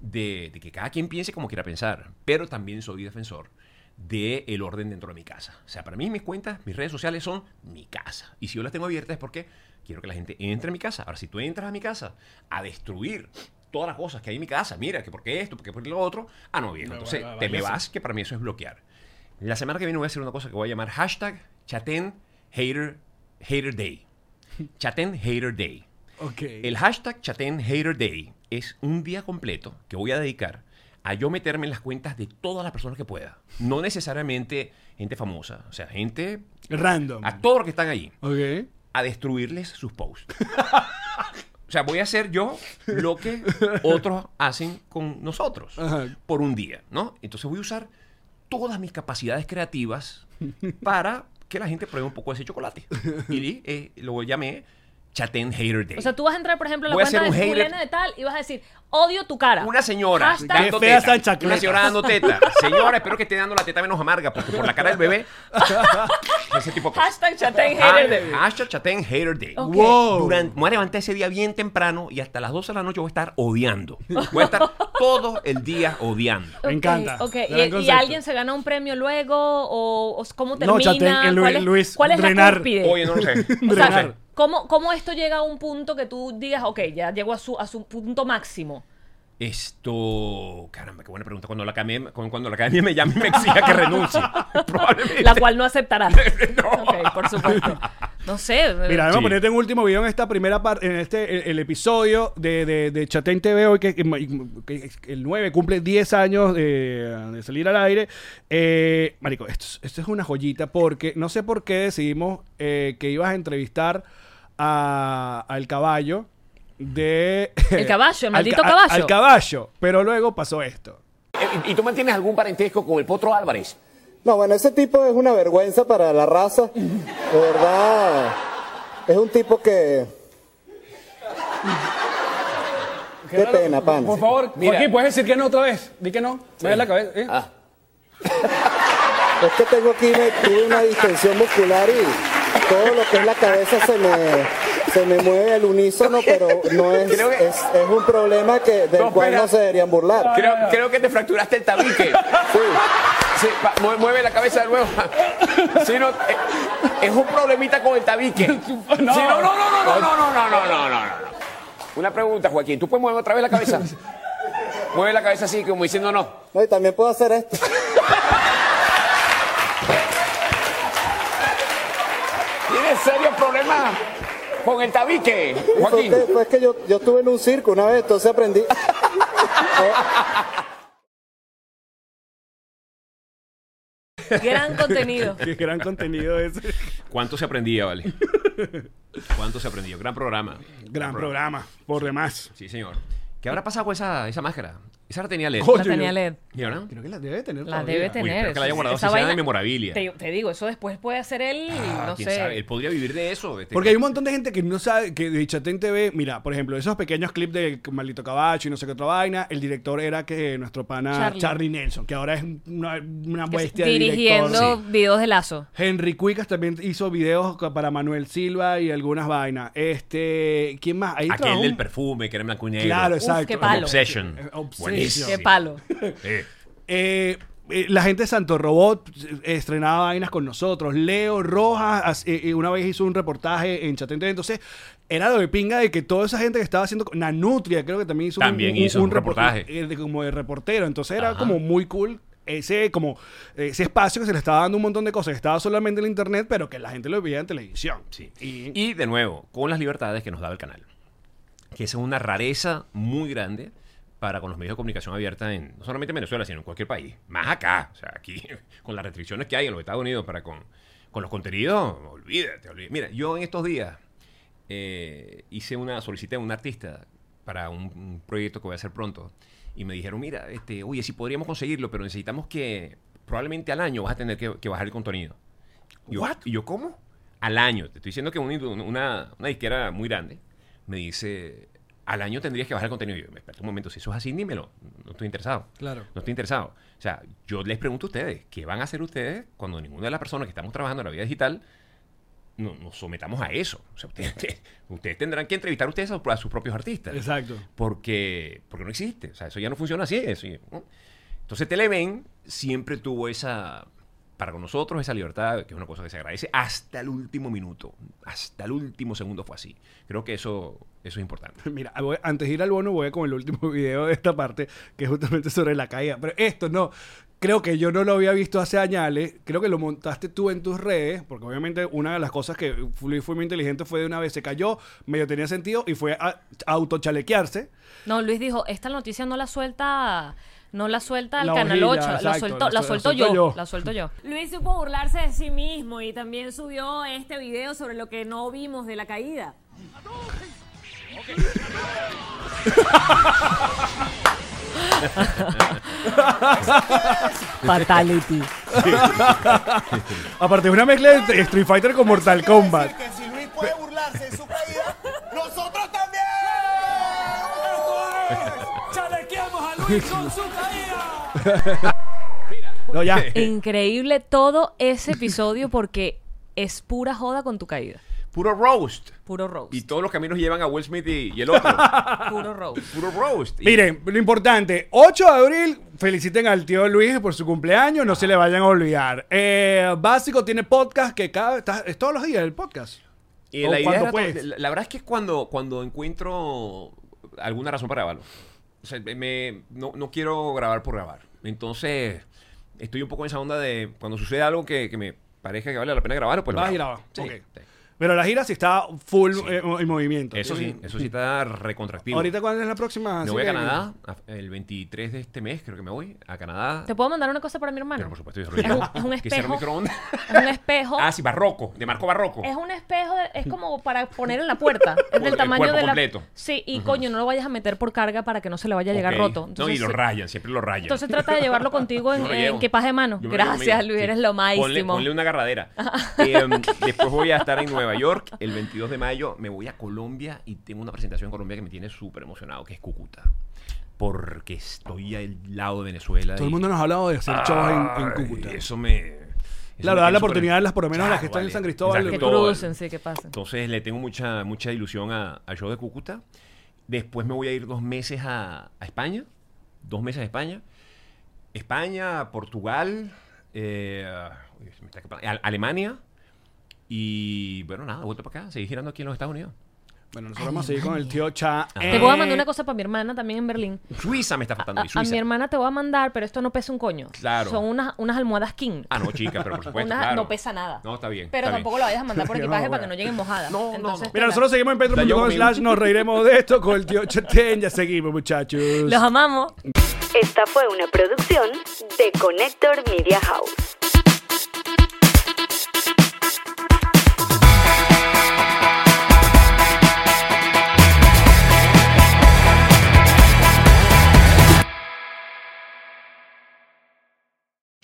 Speaker 4: de, de que cada quien piense como quiera pensar, pero también soy defensor del el orden dentro de mi casa. O sea, para mí mis cuentas, mis redes sociales son mi casa. Y si yo las tengo abiertas es porque quiero que la gente entre a mi casa. Ahora, si tú entras a mi casa a destruir todas las cosas que hay en mi casa, mira, que por qué esto, por qué por lo otro, ah, no, bien.
Speaker 2: No,
Speaker 4: Entonces,
Speaker 2: va- va-
Speaker 4: te me
Speaker 2: váyase.
Speaker 4: vas, que para mí eso es bloquear. La semana que viene voy a hacer una cosa que voy a llamar hashtag Chatén Hater, Hater Day. Chatén Hater Day.
Speaker 2: Ok.
Speaker 4: El hashtag Chatén Hater Day es un día completo que voy a dedicar a yo meterme en las cuentas de todas las personas que pueda. No necesariamente gente famosa, o sea, gente,
Speaker 2: Random.
Speaker 4: a todos los que están allí,
Speaker 2: Ok.
Speaker 4: a destruirles sus posts. O sea, voy a hacer yo lo que otros hacen con nosotros
Speaker 2: Ajá.
Speaker 4: por un día, ¿no? Entonces voy a usar todas mis capacidades creativas para que la gente pruebe un poco ese chocolate. Y eh, lo llamé Chatén Hater Day.
Speaker 3: O sea, tú vas a entrar, por ejemplo, a la
Speaker 4: Voy a
Speaker 3: cuenta
Speaker 4: ser
Speaker 3: de
Speaker 4: un hater.
Speaker 3: fulana de tal y vas a decir, odio tu cara.
Speaker 4: Una señora
Speaker 3: Hashtag-
Speaker 4: dando
Speaker 3: Qué
Speaker 2: feas
Speaker 4: teta.
Speaker 2: esas chancletas.
Speaker 4: Una señora
Speaker 3: (laughs)
Speaker 4: dando teta. Señora, espero que esté dando la teta menos amarga, porque por la cara del bebé. ese tipo de cosas.
Speaker 3: Hashtag Chatén Hater Day.
Speaker 4: Ah, Hashtag Chatén Hater Day.
Speaker 3: Ok.
Speaker 2: Wow.
Speaker 4: Durante, me voy a levantar ese día bien temprano y hasta las 12 de la noche voy a estar odiando. Voy a estar todo el día odiando.
Speaker 2: Me
Speaker 3: Ok,
Speaker 2: encanta.
Speaker 3: ok.
Speaker 2: Gran
Speaker 3: ¿Y- ¿Y,
Speaker 2: concepto.
Speaker 3: alguien se gana un premio luego? ¿O, o cómo
Speaker 2: No,
Speaker 3: termina?
Speaker 2: Chatén, eh, Lu-
Speaker 3: ¿Cuál es,
Speaker 2: Luis,
Speaker 3: cuál es la
Speaker 2: drenar.
Speaker 3: cúspide?
Speaker 4: Oye,
Speaker 2: (laughs)
Speaker 4: no lo sé.
Speaker 3: O sea,
Speaker 2: Drenar.
Speaker 3: ¿cómo, ¿cómo esto llega a un punto que tú digas, ok, ya llego a su, a su punto máximo?
Speaker 4: Esto, caramba, qué buena pregunta. Cuando la academia, cuando la academia me llame y me exija que renuncie. (laughs) Probablemente.
Speaker 3: La cual no aceptarás.
Speaker 4: No.
Speaker 3: Ok, por supuesto. No sé. eh,
Speaker 2: Mira, vamos
Speaker 4: Sí.
Speaker 2: a ponerte un último video en esta primera parte, en este, el, el episodio de, de, de Chatén TV hoy, que, que el 9 cumple 10 años de, de salir al aire. Eh, Marico, esto, es- esto es una joyita porque no sé por qué decidimos eh, que ibas a entrevistar a, al caballo de...
Speaker 3: El caballo,
Speaker 2: eh, (laughs)
Speaker 3: el
Speaker 2: al
Speaker 3: maldito
Speaker 2: ca-
Speaker 3: caballo.
Speaker 2: Al caballo, pero luego pasó esto.
Speaker 8: ¿Y, y tú mantienes algún parentesco con el Potro Álvarez?
Speaker 7: No, bueno, ese tipo es una vergüenza para la raza. De verdad. Es un tipo que. Qué pena, pana.
Speaker 11: Por favor,
Speaker 8: Mira.
Speaker 11: Joaquín, ¿puedes decir que no otra vez? Di que no. Me da la cabeza. ¿eh?
Speaker 8: Ah.
Speaker 7: Es que tengo aquí me, tuve una distensión muscular y todo lo que es la cabeza se me, se me mueve al unísono, pero no es,
Speaker 8: Creo que-
Speaker 7: es, es un problema que, del
Speaker 8: No,
Speaker 7: cual
Speaker 8: espera.
Speaker 7: no se deberían burlar.
Speaker 8: Creo, creo que te fracturaste el
Speaker 3: (laughs)
Speaker 8: tabique. Sí. pa- mue- mueve la cabeza de nuevo. Sí, no, eh, es un problemita con el tabique. Sí, No, no, no, no, no, no, no, no, no, no, no, no. Una pregunta, Joaquín. ¿Tú puedes mover otra vez la cabeza? Mueve la cabeza así, como diciendo no.
Speaker 7: No, y también puedo hacer esto.
Speaker 8: ¿Tienes serios problemas con el tabique,
Speaker 7: Fue
Speaker 8: Joaquín?
Speaker 7: que, fue pues que yo, yo estuve en un circo una vez, entonces aprendí.
Speaker 3: (laughs) Gran contenido.
Speaker 2: Qué gran contenido ese. (laughs)
Speaker 4: ¿Cuánto se aprendía, vale? ¿Cuánto se aprendió? Gran programa.
Speaker 2: Gran programa, por demás.
Speaker 4: Sí, señor. ¿Qué habrá pasado con esa, esa máscara? Esa la tenía LED.
Speaker 2: Coño,
Speaker 3: La tenía
Speaker 2: yo-
Speaker 3: LED.
Speaker 4: ¿Y ahora?
Speaker 2: Creo que la debe tener
Speaker 3: La
Speaker 2: todavía.
Speaker 3: debe
Speaker 4: Uy,
Speaker 3: tener.
Speaker 4: espero que la
Speaker 3: Esa
Speaker 4: haya guardado, si sea de memorabilia.
Speaker 3: Te, te digo, eso después puede hacer él,
Speaker 4: Ah,
Speaker 3: no
Speaker 4: quién
Speaker 3: sé.
Speaker 4: sabe, Él podría vivir de eso. este-
Speaker 2: Porque hay un montón de gente que no sabe que de Chatén TV, mira, por ejemplo, esos pequeños clips de Maldito Caballo y no sé qué otra vaina, el director era que nuestro pana
Speaker 3: Charlie.
Speaker 2: Charlie, Nelson, que ahora es una, una
Speaker 3: Que
Speaker 2: bestia de
Speaker 3: Dirigiendo
Speaker 2: director.
Speaker 3: videos de lazo.
Speaker 2: Henry Cuicas también hizo videos ca- para Manuel Silva y algunas vainas. Este, ¿quién más? Ahí
Speaker 4: Aquel
Speaker 2: trabajó
Speaker 4: del
Speaker 2: un-
Speaker 4: perfume, que era en blanco y negro.
Speaker 2: Claro, exacto.
Speaker 3: qué palo.
Speaker 4: Obsession.
Speaker 2: Eh, Obsession.
Speaker 4: Buenísimo.
Speaker 3: Qué palo.
Speaker 4: Eh,
Speaker 2: Eh, eh, la gente de Santo Robot eh, estrenaba vainas con nosotros. Leo Rojas as- eh, eh, una vez hizo un reportaje en Chatén TV. Entonces, era lo de pinga de que toda esa gente que estaba haciendo. Nanutria, creo que también hizo un-
Speaker 4: También
Speaker 2: un,
Speaker 4: hizo un
Speaker 2: repor-
Speaker 4: reportaje.
Speaker 2: eh, de- como de reportero. Entonces, era
Speaker 4: Ajá.
Speaker 2: como muy cool. Ese, como, eh, ese espacio que se le estaba dando un montón de cosas, que estaba solamente en el internet, pero que la gente lo veía en televisión.
Speaker 4: sí.
Speaker 2: Y-
Speaker 4: Y de nuevo, con las libertades que nos daba el canal. Que esa es una rareza muy grande para con los medios de comunicación abierta en no solamente en Venezuela, sino en cualquier país. Más acá. O sea, aquí, (laughs) con las restricciones que hay en los Estados Unidos para con, con los contenidos, olvídate, olvídate. Mira, yo en estos días eh, hice una, solicité a un artista para un, un proyecto que voy a hacer pronto. Y me dijeron, mira, este, oye, sí podríamos conseguirlo, pero necesitamos que probablemente al año vas a tener que, que bajar el contenido. Y yo, ¿Y yo cómo? Al año. Te estoy diciendo que un indu- una, una disquera muy grande me dice, al año tendrías que bajar el contenido. Y yo, espera un momento, si eso es así, dímelo. No estoy interesado.
Speaker 2: Claro.
Speaker 4: No estoy interesado. O sea, yo les pregunto a ustedes, ¿qué van a hacer ustedes cuando ninguna de las personas que estamos trabajando en la vida digital no- nos sometamos a eso? O sea, (laughs) ustedes, ustedes- ustedes tendrán que entrevistar ustedes a, a sus propios artistas.
Speaker 2: Exacto.
Speaker 4: Porque, porque no existe. O sea, eso ya no funciona así. eso ya- ¿no? Entonces Televen siempre tuvo esa, para con nosotros, esa libertad, que es una cosa que se agradece, hasta el último minuto, hasta el último segundo fue así. Creo que eso, eso es
Speaker 2: (laughs)
Speaker 4: importante.
Speaker 2: Mira, voy- antes de ir al bono, voy con el último (laughs) video de esta parte, que es justamente sobre la caída. Pero esto no, creo que yo no lo había visto hace años. Creo que lo montaste tú en tus redes, porque obviamente una de las cosas que Luis fue muy inteligente fue de una vez se cayó, medio tenía sentido y fue a autochalequearse.
Speaker 3: No, Luis dijo, esta noticia no la suelta, no la suelta el
Speaker 2: La
Speaker 3: Canal
Speaker 2: hojilla,
Speaker 3: 8, la
Speaker 2: exacto,
Speaker 3: suelto,
Speaker 2: la
Speaker 3: la
Speaker 2: suel-
Speaker 3: suelto
Speaker 2: la suelto
Speaker 3: yo,
Speaker 2: yo.
Speaker 3: la suelto yo.
Speaker 12: (laughs) Luis supo burlarse de sí mismo y también subió este video sobre lo que no vimos de la
Speaker 4: (laughs)
Speaker 12: caída.
Speaker 3: Fatality.
Speaker 2: Aparte, una mezcla de Street Fighter con Mortal Kombat.
Speaker 7: (laughs)
Speaker 6: Que si Luis puede burlarse de su caída,
Speaker 2: No, ya.
Speaker 3: Increíble todo ese episodio porque es pura joda con tu caída.
Speaker 4: Puro roast.
Speaker 3: Puro roast.
Speaker 4: Y todos los caminos llevan a Will Smith y, y el otro.
Speaker 3: Puro roast.
Speaker 4: Puro roast. Y-
Speaker 2: Miren, lo importante, 8 de abril, feliciten al tío Luis por su cumpleaños, no se le vayan a olvidar. Eh, Básico tiene podcast que cada está- es todos los días el podcast.
Speaker 4: Y
Speaker 2: O
Speaker 4: la, idea
Speaker 2: cuando
Speaker 4: era
Speaker 2: puedes.
Speaker 4: to- la- la verdad es que es cuando, cuando encuentro alguna razón para grabarlo. O sea, me- me- no, no quiero grabar por grabar. Entonces, estoy un poco en esa onda de cuando sucede algo que, que me parezca que vale la pena grabar, pues lo
Speaker 2: Vas y
Speaker 4: grabo.
Speaker 2: grabas,
Speaker 4: Sí,
Speaker 2: ok.
Speaker 4: sí.
Speaker 2: Pero la gira sí está full eh, mo- en movimiento.
Speaker 4: Eso sí, eso sí está recontractivo.
Speaker 2: ¿Ahorita cuándo es la próxima?
Speaker 4: Me
Speaker 2: Sí,
Speaker 4: voy a
Speaker 2: que-
Speaker 4: Canadá a- el 23 de este mes, creo que me voy a Canadá.
Speaker 3: ¿Te puedo mandar una cosa para mi hermano?
Speaker 4: Pero por supuesto, yo
Speaker 3: es un, es un
Speaker 4: (laughs) que cierro
Speaker 3: espejo.
Speaker 4: el
Speaker 3: (laughs)
Speaker 4: microondas.
Speaker 3: Es un espejo.
Speaker 4: Ah, sí, barroco, de Marco Barroco.
Speaker 3: Es un espejo, de-
Speaker 4: (laughs)
Speaker 3: es como para poner en la puerta. Es del
Speaker 4: El
Speaker 3: tamaño
Speaker 4: cuerpo
Speaker 3: de la.
Speaker 4: completo.
Speaker 3: Sí, y
Speaker 4: Ujú.
Speaker 3: coño, no lo vayas a meter por carga para que no se le vaya a llegar
Speaker 4: Ok.
Speaker 3: roto.
Speaker 4: no, y
Speaker 3: Entonces,
Speaker 4: lo rayan, siempre lo rayan.
Speaker 3: Entonces trata de
Speaker 4: (laughs)
Speaker 3: llevarlo contigo en,
Speaker 4: Yo lo
Speaker 3: en
Speaker 4: llevo.
Speaker 3: equipaje eh, de mano.
Speaker 4: Yo me lo llevo
Speaker 3: Gracias,
Speaker 4: conmigo.
Speaker 3: Luis,
Speaker 4: Sí.
Speaker 3: eres lo
Speaker 4: Ponle,
Speaker 3: máximo.
Speaker 4: ponle
Speaker 3: (laughs)
Speaker 4: una agarradera. Em, después voy a estar en Nueva York el 22 de mayo. Me voy a Colombia y tengo una presentación en Colombia que me tiene súper emocionado, que es Cúcuta. Porque estoy al lado de Venezuela.
Speaker 2: Todo el
Speaker 4: y-
Speaker 2: mundo nos ha hablado de hacer shows en- en
Speaker 4: Ay,
Speaker 2: Cúcuta.
Speaker 4: Eso me. eso
Speaker 2: Claro,
Speaker 4: me
Speaker 2: dar la
Speaker 4: tiene súper-
Speaker 2: oportunidad a las- por lo menos a las que están en San Cristóbal. Que crucen,
Speaker 3: sí, que pasen.
Speaker 4: Entonces le tengo mucha, mucha ilusión a, a show de Cúcuta. Después me voy a ir dos meses a, a España. Dos meses a España. España, Portugal, eh, uy, se me está escapando, Ale- Alemania. Y bueno, nada, vuelta para acá. Seguir girando aquí en los Estados Unidos.
Speaker 2: Bueno, nosotros vamos a seguir con el tío Cha.
Speaker 3: Te voy a mandar una cosa para mi hermana también en Berlín.
Speaker 4: Suiza me está faltando.
Speaker 3: A, a
Speaker 4: y Eh. Suiza.
Speaker 3: mi hermana te voy a mandar, pero esto no pesa un coño.
Speaker 4: Claro.
Speaker 3: Son unas, unas almohadas king.
Speaker 4: Ah, no, chica,
Speaker 3: (laughs)
Speaker 4: pero por supuesto.
Speaker 3: Unas-
Speaker 4: claro.
Speaker 3: No pesa nada.
Speaker 4: No, está bien.
Speaker 3: Pero
Speaker 4: está bien.
Speaker 3: tampoco lo vayas a mandar
Speaker 4: (laughs)
Speaker 3: por
Speaker 4: No,
Speaker 3: equipaje para
Speaker 4: bueno.
Speaker 3: que no lleguen mojadas. No, no,
Speaker 2: Mira, nosotros seguimos en patreon.com slash nos reiremos de esto con el tío Chetén. Ya seguimos, muchachos.
Speaker 3: Los amamos.
Speaker 1: Esta fue una producción de Connector Media House.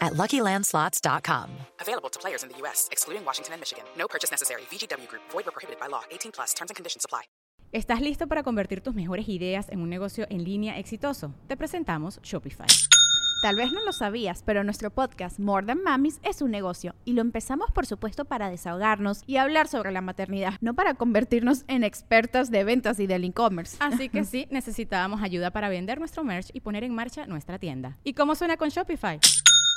Speaker 13: at luckylandslots.com.
Speaker 14: Available to players in the U.S., excluding Washington and Michigan. No purchase necessary. VGW Group, void were prohibited by law. 18 plus terms and conditions apply.
Speaker 15: ¿Estás listo para convertir tus mejores ideas en un negocio en línea exitoso? Te presentamos Shopify.
Speaker 16: Tal vez no lo sabías, pero nuestro podcast More Than Mamis es un negocio y lo empezamos por supuesto para desahogarnos y hablar sobre la maternidad, no para convertirnos en expertas de ventas y del e-commerce.
Speaker 15: Así que sí, necesitábamos ayuda para vender nuestro merch y poner en marcha nuestra tienda. ¿Y cómo suena con Shopify?